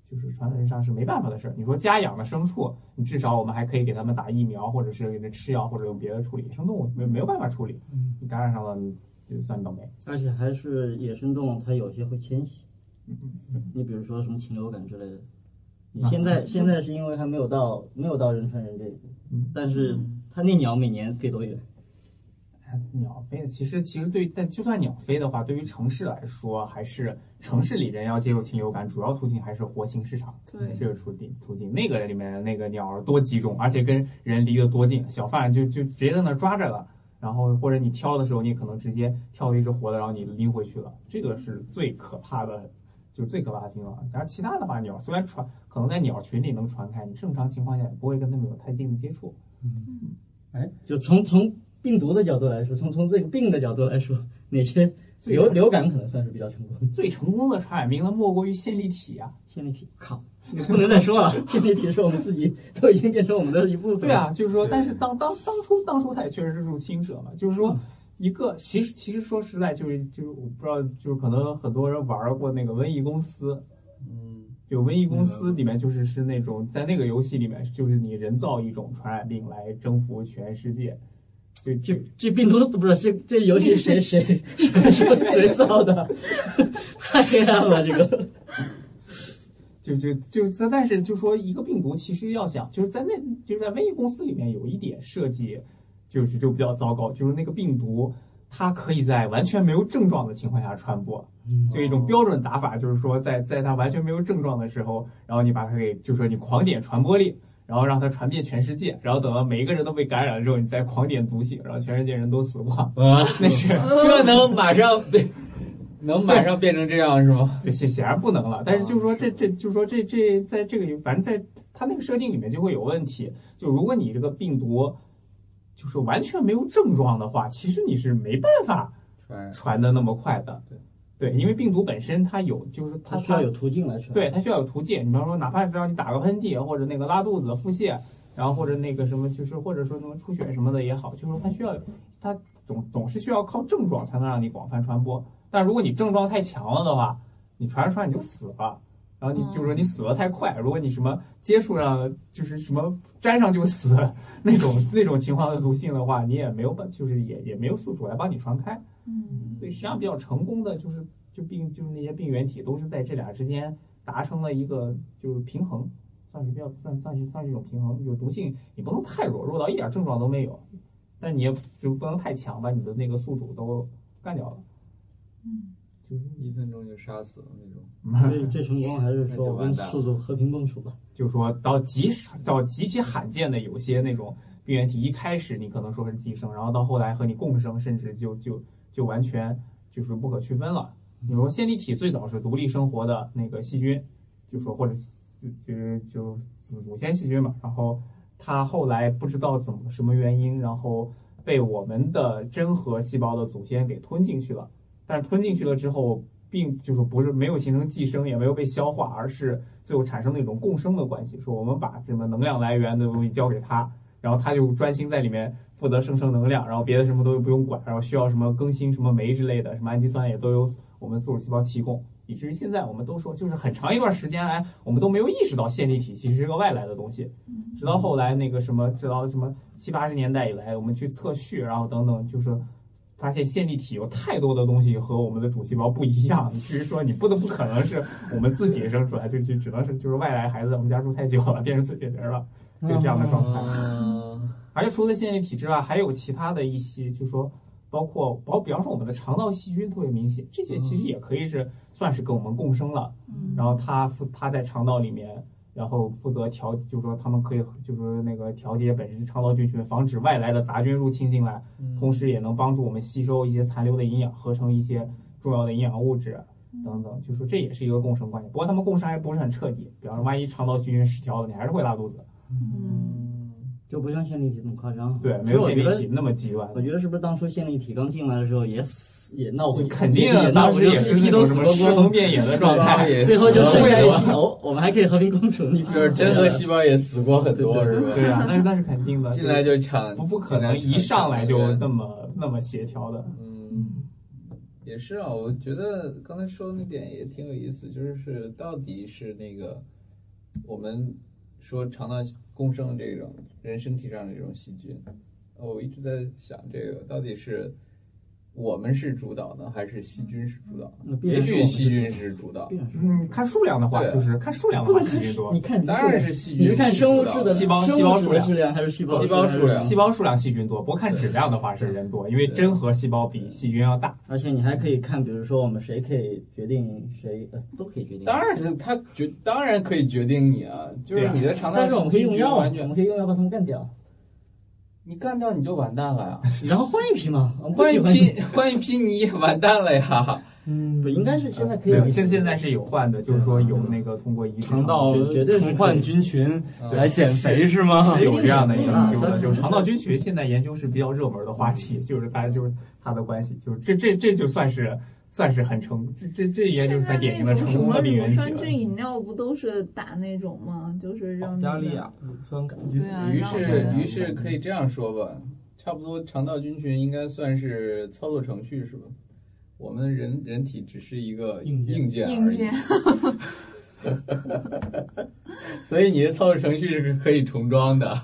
就是传到人上是没办法的事儿。你说家养的牲畜，你至少我们还可以给他们打疫苗，或者是给它吃药，或者用别的处理。野生动物没没有办法处理，
嗯
你感染上了你就算你倒霉。
而且还是野生动物，它有些会迁徙。
嗯
你比如说什么禽流感之类的，你现在现在是因为还没有到没有到人传人这一步
嗯，
但是它那鸟每年飞多远？
哎鸟飞其实其实对，但就算鸟飞的话，对于城市来说，还是城市里人要接受禽流感，主要途径还是活禽市场。
对，
这个途径途径，那个里面那个鸟儿多集中，而且跟人离得多近，小贩就就直接在那儿抓着了。然后或者你挑的时候，你可能直接挑了一只活的，然后你拎回去了，这个是最可怕的，就最可怕的地方。然后其他的话，鸟虽然传，可能在鸟群里能传开，你正常情况下也不会跟它们有太近的接触。
就从从病毒的角度来说，从从这个病的角度来说，哪些
最
流流感可能算是比较成功的？
最成功的传染病，那莫过于线粒体啊。
线粒体，靠，你不能再说 了，线粒体是我们自己都已经变成我们的一部分。
对，嗯啊，就是说，但是当当当初当初他也确实是入侵者嘛，就是说，一个其实其实说实在就是就是我不知道，就是可能很多人玩过那个瘟疫公司，
嗯，
就瘟疫公司里面就是是那种在那个游戏里面就是你人造一种传染病来征服全世界，就就
这这病毒都不是这这游戏谁 谁谁谁谁造的？ 太黑暗了，这个。
就就就是，但是就说一个病毒，其实要想就是在那就是在瘟疫公司里面有一点设计，就是就比较糟糕，就是那个病毒它可以在完全没有症状的情况下传播，就一种标准打法，就是说在在它完全没有症状的时候，然后你把它给就说你狂点传播力，然后让它传遍全世界，然后等到每一个人都被感染了之后，你 再狂点毒性，然后全世界人都死光，那是
这能马上被能马上变成这样是吗？
对，显显然不能了。但是啊就是说这这就是说这这在这个反正在它那个设定里面就会有问题。就如果你这个病毒就是完全没有症状的话，其实你是没办法
传
传的那么快的。对，因为病毒本身它有就是它
它需要有途径来传。
对，它需要有途径。你比方说，哪怕是让你打个喷嚏，或者那个拉肚子、腹泻，然后或者那个什么，就是或者说那种出血什么的也好，就是它需要，它总总是需要靠症状才能让你广泛传播。但如果你症状太强了的话，你传着传你就死了。然后你就是说你死的太快，如果你什么接触上就是什么沾上就死 那种那种情况的毒性的话，你也没有办，就是也也没有宿主来帮你传开。
嗯，
所以实际上比较成功的就是就病就是那些病原体都是在这俩之间达成了一个就是平衡，算是比较算算是算是一种平衡。有毒性你不能太弱，弱到一点症状都没有，但你也就不能太强，把你的那个宿主都干掉了。
嗯，
就是
一分钟就杀死了那种。
所以最成功还是说我跟宿主和平共处吧。
就是说到极少到极其罕见的有些那种病原体，一开始你可能说是寄生，然后到后来和你共生，甚至就就就完全就是不可区分了。你说线粒体最早是独立生活的那个细菌，就说或者就就祖祖先细菌嘛，然后它后来不知道怎么什么原因，然后被我们的真核细胞的祖先给吞进去了。但是吞进去了之后，并就是不是没有形成寄生，也没有被消化，而是最后产生了一种共生的关系。说我们把什么能量来源的东西交给它，然后它就专心在里面负责生成能量，然后别的什么东西不用管，然后需要什么更新什么酶之类的，什么氨基酸也都由我们宿主细胞提供。以至于现在我们都说，就是很长一段时间来，我们都没有意识到线粒体其实是个外来的东西。直到后来那个什么，直到什么七八十年代以来，我们去测序，然后等等，就是发现线粒体有太多的东西和我们的主细胞不一样，至于说你不能不可能是我们自己生出来，就就只能是就是外来孩子在我们家住太久了，变成自己人了，就这样的状态。
嗯，
而且除了线粒体之外，还有其他的一些，就说包括包，比方说我们的肠道细菌特别明显，这些其实也可以是算是跟我们共生了。
嗯
然后它负它在肠道里面，然后负责调，就是说它们可以就是那个调节本身肠道菌群，防止外来的杂菌入侵进来，
嗯
同时也能帮助我们吸收一些残留的营养，合成一些重要的营养物质。等等，就说这也是一个共生关系，不过它们共生还不是很彻底。比方说，万一肠道菌群失调了，你还是会拉肚子。
嗯
就不像线粒体那么夸张。
对，没有
所
线
以
粒
我觉
体
得，
那么极端。
我觉得是不是当初线粒体刚进来的时候也死也闹过，
肯定啊
也
当
闹过，
时
就
也
是
是
一批
那
都死
种什么
光
尸
光
横，遍野的状态，
也
最后就剩下一
多，
条，我们还可以和平共处。你
嗯就是真核细胞也死过很多是吧？
对啊，那是那是肯定 的。
进来就抢，
不不可能
进来
一上来就
抢
那么那么协调的。
嗯，也是啊，我觉得刚才说的那点也挺有意思，就是到底是那个我们说肠道共生这种人身体上的这种细菌，呃我一直在想这个到底是我们是主导呢，还是细菌是主导？
那嗯必
也
然是我
许
们
细菌是主导
必，然是
嗯，看数量的话，
对啊
就是看数量的
不
话，
能
细菌
看
多
你。看
当然是细
你
菌
是看
是
生
主
物
导
质
的
的
细胞
生物
细胞
质
数
的
量
质量还是细胞
细胞
质
数量
细胞数量细菌多，不过看质量的话是人多，因为真核细胞比细菌要大。
而且你还可以看，比如说我们谁可以决定谁，呃，都可以决定。
当，然是它决，当然可以决定你啊，就是
对啊
你的肠道
但是我们可以
细
用
菌
药啊，
完
我
全
们可以用药把它们干掉，
你干掉你就完蛋了呀。
然后换一批嘛， 我们不
换一
喜欢
批，换一批，你也完蛋了呀！
嗯
不应该是现在可以
对，现现在嗯是有换的，就是说有那个通过移植
肠道
绝对是
重换菌群来减肥啊是吗？
是有这样的研究的，
嗯
就是肠道菌群现在研究是比较热门的话题，就是大家就是它的关系，就是这这这就算是算是很成，这这这也就是
现
它
在
典型
那
的
种
成
什
功
么
的病
乳
原体
酸
了。
菌饮料不都是打那种吗？就是让
保加
那
利
个
亚乳酸杆菌
对。啊，
于
让
是
我，们
于是可以这样说吧，差不多肠道菌群应该算是操作程序是吧？我们人人体只是一个
硬件
硬件
硬
而已，
件
所以你的操作程序是可以重装的，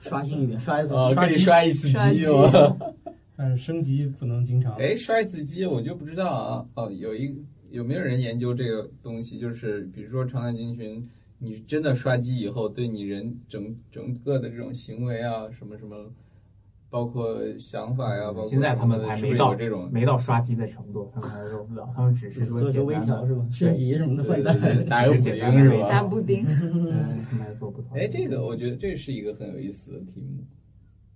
刷新一遍，刷一次。
呃
啊，可以
机
刷一次
刷
机哦。
但是升级不能经常。
哎，刷一次机我就不知道啊，哦，有一有没有人研究这个东西？就是比如说肠道菌群，你真的刷机以后，对你人整整个的这种行为啊，什么什么。包括想法呀、包括
现在他们还
是不
没
是
到
有这种
没到刷机的程度，他们还做不到，他们只是说
做一个
简
微
单
调
的，
是吧？升级什么的换代。
打个补丁是吧？
打补丁，
嗯，他们还做不到。
哎，这个我觉得这是一个很有意思的题目，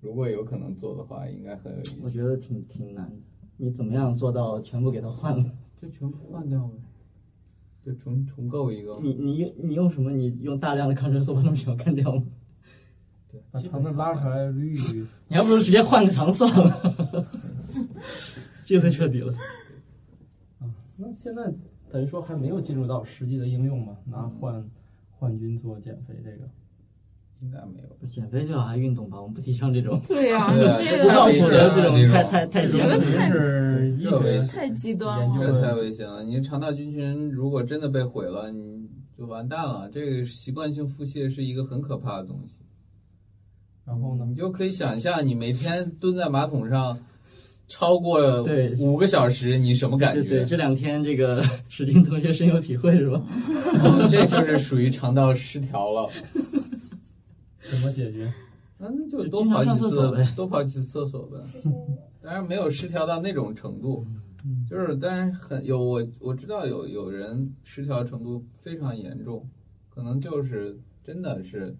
如果有可能做的话，应该很有意思。
我觉得挺挺难的，你怎么样做到全部给它换了？
就全部换掉了，就重重构一个。
你你你用什么？你用大量的抗生素把它们全干掉吗？
对，
把肠子拉出来捋一 捋。
你还不如直接换个肠算了， 这最彻底了。
啊那现在等于说还没有进入到实际的应用嘛？拿换换菌做减肥这个，
应该没有。
减肥最好还运动吧，我们不提倡这种
对呀、
对啊
你
这
这
不
不
个
是
靠谱的这种太太太
觉
严
得
了
肯。定是医
嗯这危
学
险
太极端
研究
了。
这太危险了！你肠道菌群如果真的被毁了，你就完蛋了。这个习惯性腹泻是一个很可怕的东西。
然后呢
你？就可以想象，你每天蹲在马桶上超过
对
五个小时，你什么感
对对，
觉？
这两天这个 史军同学深有体会是吧？
嗯这就是属于肠道失调了。
怎么解决？
那那就
就
多
经常
跑
上
几
厕
次
所呗，
多跑几次厕所呗。 当然没有失调到那种程度，
嗯
就是但是很有我我知道有有人失调程度非常严重，可能就是真的是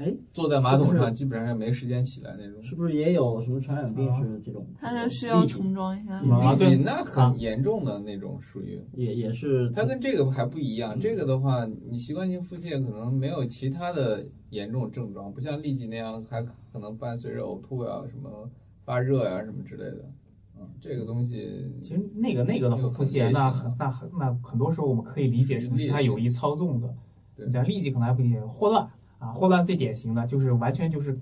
哎，
坐在马桶
是不
上基本上也没时间起来那种。
是不是也有什么传染病
啊
是这种？
他这需要重装一下，
嗯啊嗯
痢
对
疾那很严重的那种属于，
也也是
它跟这个还不
嗯
一样。这个的话，你习惯性腹泻可能没有其他的严重症状，不像痢疾那样还可能伴随着呕吐呀、什么发热呀、什么之类的。嗯，这个东西
其实那个那个的
那个
腹
很危
泻，
险
那很那很那很多时候我们可以理解成是他有意操纵的。
对
你像痢疾可能还不理解，霍乱啊，霍乱最典型的就是完全就是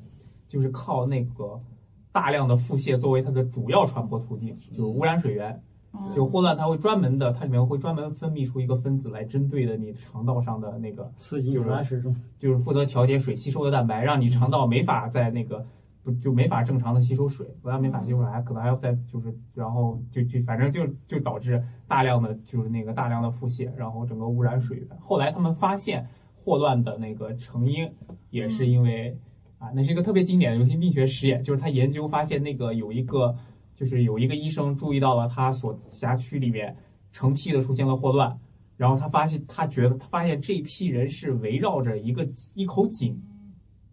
就是靠那个大量的腹泻作为它的主要传播途径，就是污染水源。
嗯
就霍乱它会专门的，它里面会专门分泌出一个分子来针对的你肠道上的那个，
刺激拉屎中，
就是负责调节水吸收的蛋白，让你肠道没法在那个。不就没法正常的吸收水，不但没法吸收水，还可能还要再就是，然后就就反正就就导致大量的就是那个大量的腹泻，然后整个污染水源。后来他们发现霍乱的那个成因也是因为、啊，那是一个特别经典的流行病学实验，就是他研究发现那个有一个就是有一个医生注意到了他所辖区里面成批的出现了霍乱，然后他发现他觉得他发现这批人是围绕着一个一口井，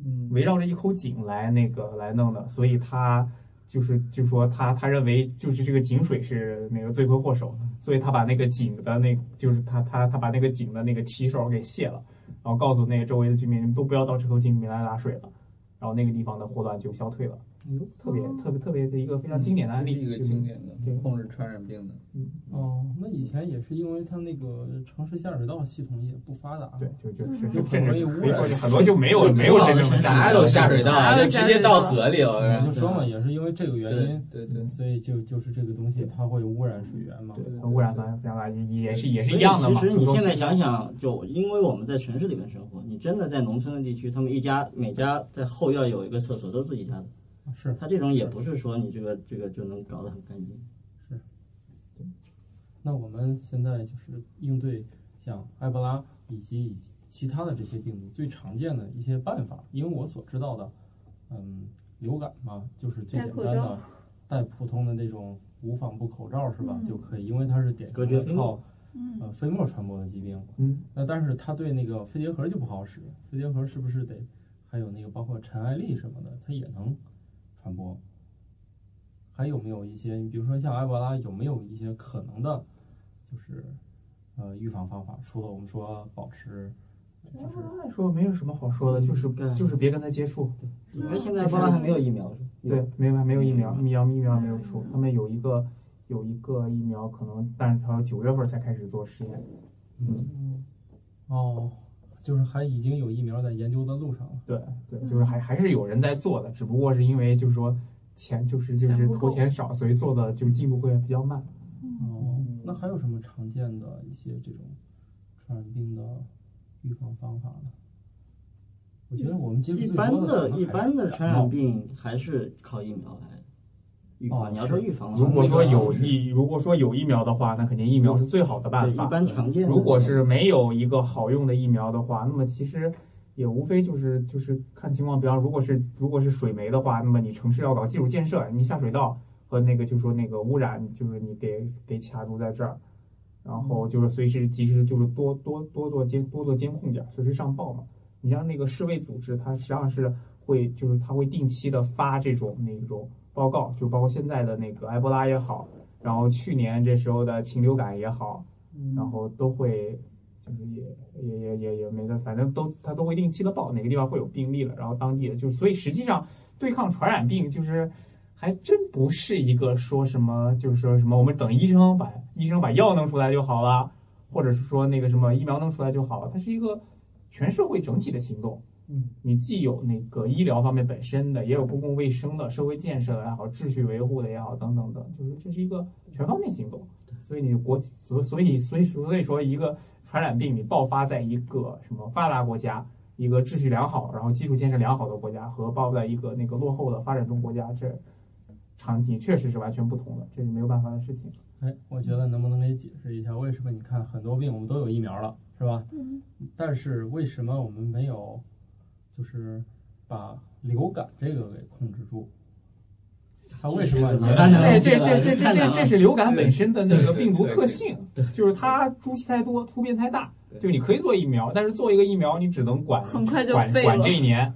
嗯，围绕着一口井来那个来弄的，所以他。就是就说他他认为就是这个井水是那个罪魁祸首，所以他把那个井的那就是他他他把那个井的那个提手给卸了，然后告诉那个周围的居民你们都不要到这口井里面来拿水了，然后那个地方的霍乱就消退了，
哎
特别特别特别的一个非常经典的案例，
嗯这是一个
就是
嗯
经典的
对
控制传染病的。
哦，那以前也是因为它那个城市下水道系统也不发达，
对，就就是
就很容易污
没
染
错，就很多就没有没有真正的
哪有下水道啊？
哪
就
有下水道
直接到河里
我
了。
就说嘛，也是因为这个原
对
因，
对对，
所以就就是这个东西它会污染水源嘛。
对，它污染非常非常大，也是也是
所
一
以
样的嘛。
其实你
就说
现在想想，就因为我们在城市里面生活，你真的在农村的地区，他们一家每家在后院有一个厕所，都是自己家的。
啊是，
他这种也不是说你这个这个就能搞得很干净。
那我们现在就是应对像埃博拉以及以及其他的这些病毒最常见的一些办法，因为我所知道的，嗯，流感嘛，就是最
戴
简
口
单
罩
的，戴普通的那种无纺布口罩是吧、
嗯
就可以，因为它是典
隔
型
绝
的
飞
靠
嗯，
呃飞沫传播的疾病。
嗯，
那但是它对那个肺结核就不好使，肺结核是不是得还有那个包括尘埃粒什么的，它也能传播？还有没有一些，你比如说像埃博拉，有没有一些可能的，就是呃预防方法？除了我们说保持，就是
按说没有什么好说的，就是
嗯对
就是别跟他接触。
因为现在包括还没有疫苗，是吧
嗯对，没有没有疫苗，疫
嗯
苗疫苗没有出，他们有一个有一个疫苗可能，但是它九月份才开始做实验。
哦，就是还已经有疫苗在研究的路上了。
对对，就是
嗯
还还是有人在做的，只不过是因为就是说钱就是就是
钱不够
投钱少，所以做的就进度会比较慢。
哦，那还有什么常见的一些这种传染病的预防方法呢？我觉得我们接触
一
最
般
多
的
可能还是
一般的
感
传
冒
哦
染病还是靠疫苗来预
哦
防。你要说
是
预防的话，
如果说有
那个
疫，如果说有疫苗的话，那肯定疫苗是最好的办
对
法。
一般常见的，
如果是没有一个好用的疫苗的话，那么其实也无非就是就是看情况。比方，如果是如果是水媒的话，那么你城市要搞基础建设，你下水道和那个就说那个污染，就是你给给卡住在这儿，然后就是随时及时就是多多多做监多做监控点儿，随时上报嘛。你像那个世卫组织，它实际上是会就是它会定期的发这种那种报告，就包括现在的那个埃博拉也好，然后去年这时候的禽流感也好，然后都会就是也也也也也没得，反正都它都会定期的报哪个地方会有病例了，然后当地的就所以实际上对抗传染病就是还真不是一个说什么就是说什么我们等医生把医生把药弄出来就好了，或者是说那个什么疫苗弄出来就好了，它是一个全社会整体的行动。
嗯，
你既有那个医疗方面本身的，也有公共卫生的、社会建设的也好、秩序维护的也好等等的，就是这是一个全方面行动。所以你国所所以所以所以说一个传染病你爆发在一个什么发达国家、一个秩序良好、然后基础建设良好的国家和爆在一个那个落后的发展中国家，这场景确实是完全不同的，这是没有办法的事情。
哎，我觉得能不能给解释一下，为什么你看很多病我们都有疫苗了，是吧？
嗯。
但是为什么我们没有？就是把流感这个给控制住，它为什么？
当
这
然
这这这这这这是流感本身的那个病毒
对对对
特性，就是它株期太多，突变太大。就你可以做疫苗，但是做一个疫苗，你只能管
很快就
管
废
管
了
这。一年。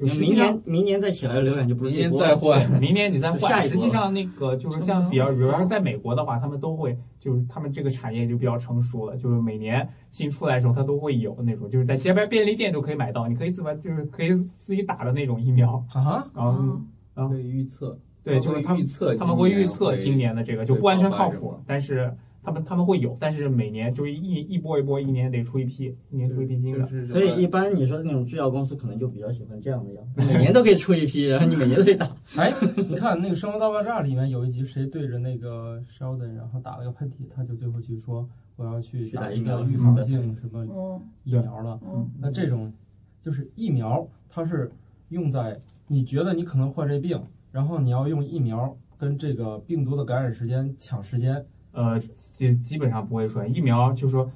就实际
明
上，
年明年再起来流感就不是
明
最
天
多
再
了。
换。
明年你再换。
下一波
实际上，那个就是像比较，比如说在美国的话，他们都会就是他们这个产业就比较成熟了，就是每年新出来的时候，它都会有那种就是在街边便利店就可以买到，你可以自己就是可以自己打的那种疫苗。
啊，
然后
嗯
啊
对预测，
对，就是他
他
们
预测，啊
他们会预测今年的这个，就不完全靠
会爆发
谱
什么，
但是他们他们会有，但是每年就是一一波一波，一年得出一批，一年出一批新的。
就是
所以一般你说那种制药公司可能就比较喜欢这样的 药，每年都可以出一批，然后你每年都可以打。
哎，你看那个《生活大爆炸》里面有一集，谁对着那个 Sheldon，然后打了个喷嚏，他就最后去说我要去
去打
打
疫
一个
苗
预防性什么
哦
嗯
疫苗了。
嗯，
那这种就是疫苗，它是用在你觉得你可能患这病，然后你要用疫苗跟这个病毒的感染时间抢时间，
呃，基基本上不会说疫苗，就是说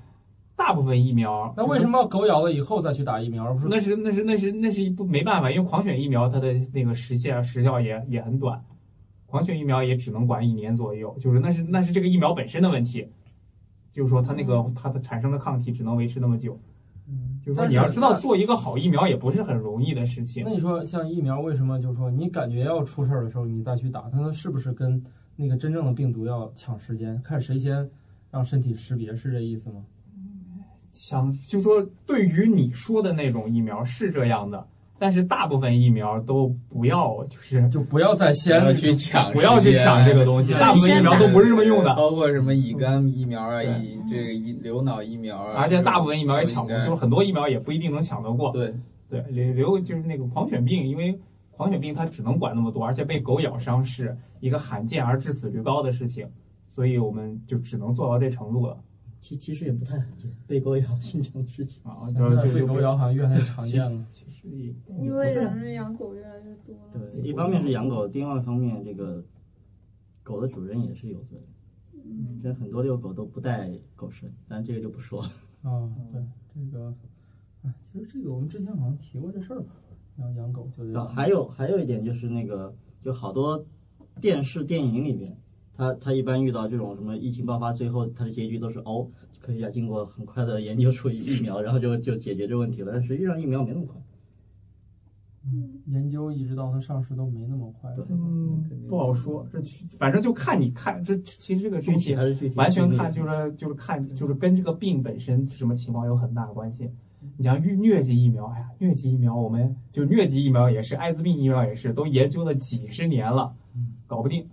大部分疫苗，
那为什？么要狗咬了以后再去打疫苗，而不是
那是那是那是那是一不没办法，因为狂犬疫苗它的那个时限时效也也很短，狂犬疫苗也只能管一年左右，就是那是那是这个疫苗本身的问题，就是说它那个它的产生的抗体只能维持那么久，
嗯
就是
嗯
说
但
你要
是
知道
那
做一个好疫苗也不是很容易的事情
那。你说像疫苗，为什么就是说你感觉要出事儿的时候，你再去打它，它是不是跟那个真正的病毒要抢时间，看谁先让身体识别，是这意思吗？
想就说对于你说的那种疫苗是这样的，但是大部分疫苗都不要，就是
就不要再
不要
先
去抢，啊
不要去抢这个东西，
对
大部分疫苗都不是这么用的，嗯
包括什么乙肝疫苗啊，
对
乙这个乙流脑疫苗啊，
而且大部分疫苗也抢不，
这种
就是很多疫苗也不一定能抢得过。
对
对，流流就是那个狂犬病，因为狂犬病它只能管那么多，而且被狗咬伤是一个罕见而致死率高的事情，所以我们就只能做到这程度了
其其实也不太罕见，被狗咬经常事情。
啊！就
现在
就
被
就
狗咬好像越来越常见了。
其实也
嗯
因为人养狗越来越多了，
对，一方面是养狗，另外一方面这个狗的主人也是有罪。
嗯，
这很多遛狗都不带狗绳，但这个就不说了。
啊，对这个，哎，其实这个我们之前好像提过这事儿吧，养养狗就得
啊，还有还有一点就是那个，就好多电视电影里面，他他一般遇到这种什么疫情爆发，最后他的结局都是哦，科学家经过很快的研究出疫苗，然后就就解决这个问题了。但实际上疫苗没那么快，
嗯研究一直到它上市都没那么快。
对
嗯，不好说，这去反正就看你看这其实这个
具
东
体
西
还是具体
完全
病例
看就是就是看就是跟这个病本身什么情况有很大的关系。
嗯
你像疟疟疾疫苗，哎呀，疟疾疫苗我们就疟疾疫苗也是，艾滋病疫苗也是，都研究了几十年了，搞不定。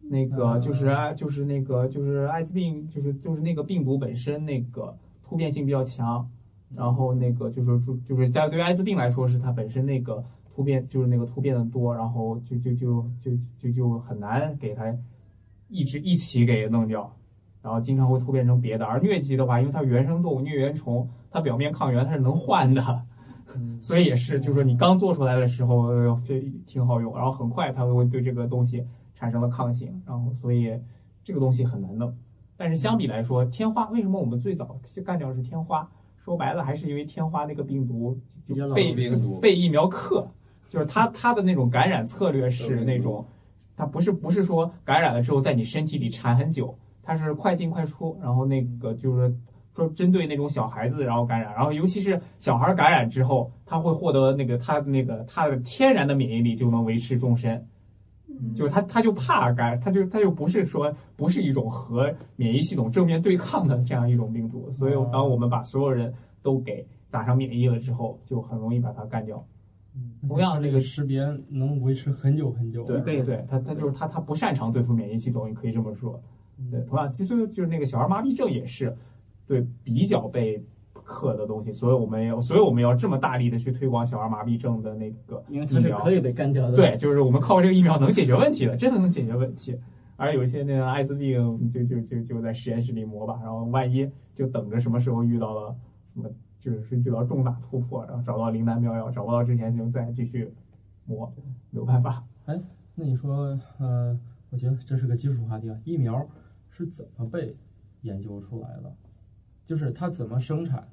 那个
嗯
就是啊就是那个就是艾滋病就是就是那个病毒本身那个突变性比较强，然后那个就是说就是在对于艾滋病来说是它本身那个突变就是那个突变的多，然后就就就就就就很难给它一直一起给弄掉，然后经常会突变成别的。而疟疾的话，因为它原生动物疟原虫，它表面抗原它是能换的，
嗯
所以也是就是说你刚做出来的时候呃这挺好用，然后很快它会对这个东西产生了抗性，然后所以这个东西很难弄。但是相比来说，天花为什么我们最早干掉的是天花？说白了还是因为天花那个病毒就
比较老
被
病毒
被疫苗克，就是它它的那种感染策略是那种。它不是不是说感染了之后在你身体里缠很久，它是快进快出，然后那个就是说针对那种小孩子然后感染，然后尤其是小孩感染之后，他会获得那个他那个他的天然的免疫力就能维持终身，
嗯
就是他他就怕感，他就他就不是说不是一种和免疫系统正面对抗的这样一种病毒，所以当我们把所有人都给打上免疫了之后，就很容易把它干掉。同样
这
这
个
个
识别能维持很久很久。啊
对
对
对，他他就是他他不擅长对付免疫系统，你可以这么说。
嗯
对，同样激素就是那个小儿麻痹症也是对比较被克的东西，所以我们要所以我们要这么大力的去推广小儿麻痹症的那个
因为它是可以被干掉的。
对，就是我们靠这个疫苗能解决问题的，真的能解决问题。而有一些那个艾滋病就就就就在实验室里磨吧，然后万一就等着什么时候遇到了什么，就是遇到重大突破，然后找到灵丹妙药，找不到之前就再继续磨，没有办法。
那你说，呃，我觉得这是个基础话题啊，疫苗是怎么被研究出来的？就是它怎么生产？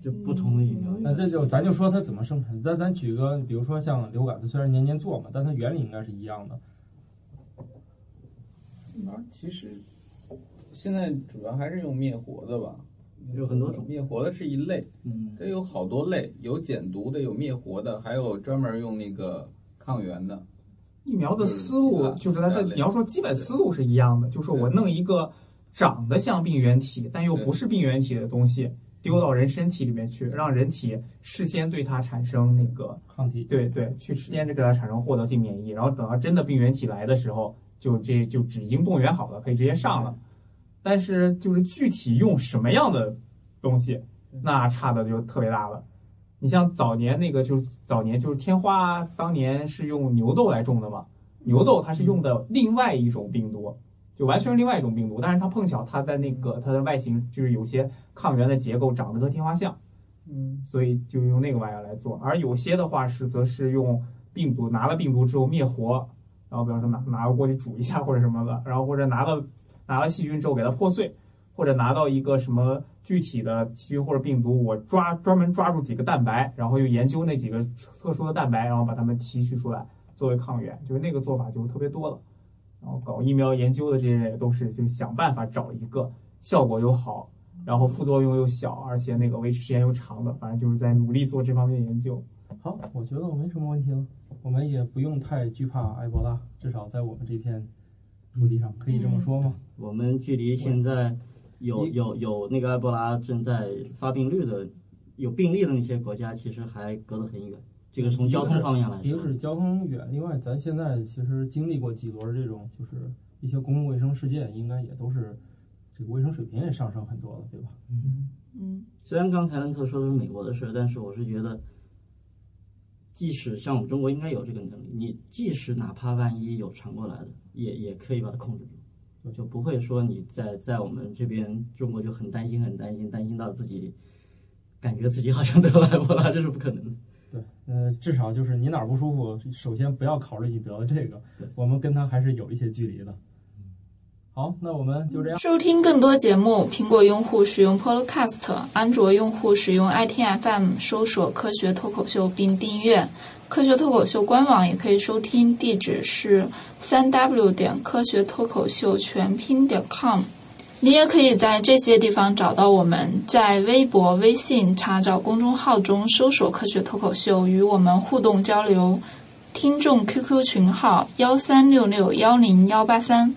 就不同的疫苗。
那这就咱就说它怎么生产。咱咱举个，比如说像流感，它虽然年年做嘛，但它原理应该是一样的。
其实现在主要还是用灭活的吧，
有很多种
灭活的是一类，
嗯，
这有好多类，有减毒的，有灭活的，还有专门用那个抗原的。
疫苗的思路就是它的，你要说基本思路是一样的，就是我弄一个长得像病原体但又不是病原体的东西丢到人身体里面去，让人体事先对它产生那个
抗体
对对，去实验这个它产生获得性免疫，然后等到真的病原体来的时候，就这就只已经动员好了，可以直接上了。但是就是具体用什么样的东西，那差的就特别大了。你像早年那个，就是早年就是天花，当年是用牛痘来种的嘛，牛痘它是用的另外一种病毒，就完全是另外一种病毒，但是它碰巧它在那个它的外形就是有些抗原的结构长得和天花像。
嗯，
所以就用那个玩意儿来做。而有些的话是，则是用病毒拿了病毒之后灭活，然后比方说拿拿过去煮一下或者什么的，然后或者拿到拿了细菌之后给它破碎，或者拿到一个什么具体的细菌或者病毒，我抓专门抓住几个蛋白，然后又研究那几个特殊的蛋白，然后把它们提取出来作为抗原，就是那个做法就特别多了。然后搞疫苗研究的这些人也都是就想办法找一个效果又好，然后副作用又小，而且那个维持时间又长的，反正就是在努力做这方面研究。
好，我觉得我没什么问题了，我们也不用太惧怕埃博拉，至少在我们这片土地上可以这么说吗？
我们距离现在有有有那个埃博拉正在发病率的有病例的那些国家，其实还隔得很远。这个从交通方面来
一个
说，
是交通远，另外咱现在其实经历过几轮这种，就是一些公共卫生事件，应该也都是这个卫生水平也上升很多了，对吧？
嗯，
虽然刚才恩特说的是美国的事，但是我是觉得，即使像我们中国应该有这个能力，你即使哪怕万一有传过来的，也也可以把它控制住，就不会说你在在我们这边中国就很担心很担心，担心到自己感觉自己好像得了埃博拉，这是不可能的。
对，呃，至少就是你哪儿不舒服，首先不要考虑你得了这个
对，
我们跟他还是有一些距离的。好，那我们就这样。
收听更多节目，苹果用户使用 Podcast，安卓用户使用 ITFM 搜索“科学脱口秀”并订阅。科学脱口秀官网也可以收听，地址是三 w 点科学脱口秀全拼点 com。你也可以在这些地方找到我们，在微博、微信查找公众号中搜索“科学脱口秀”，与我们互动交流。听众 QQ 群号：幺三六六幺零幺八三。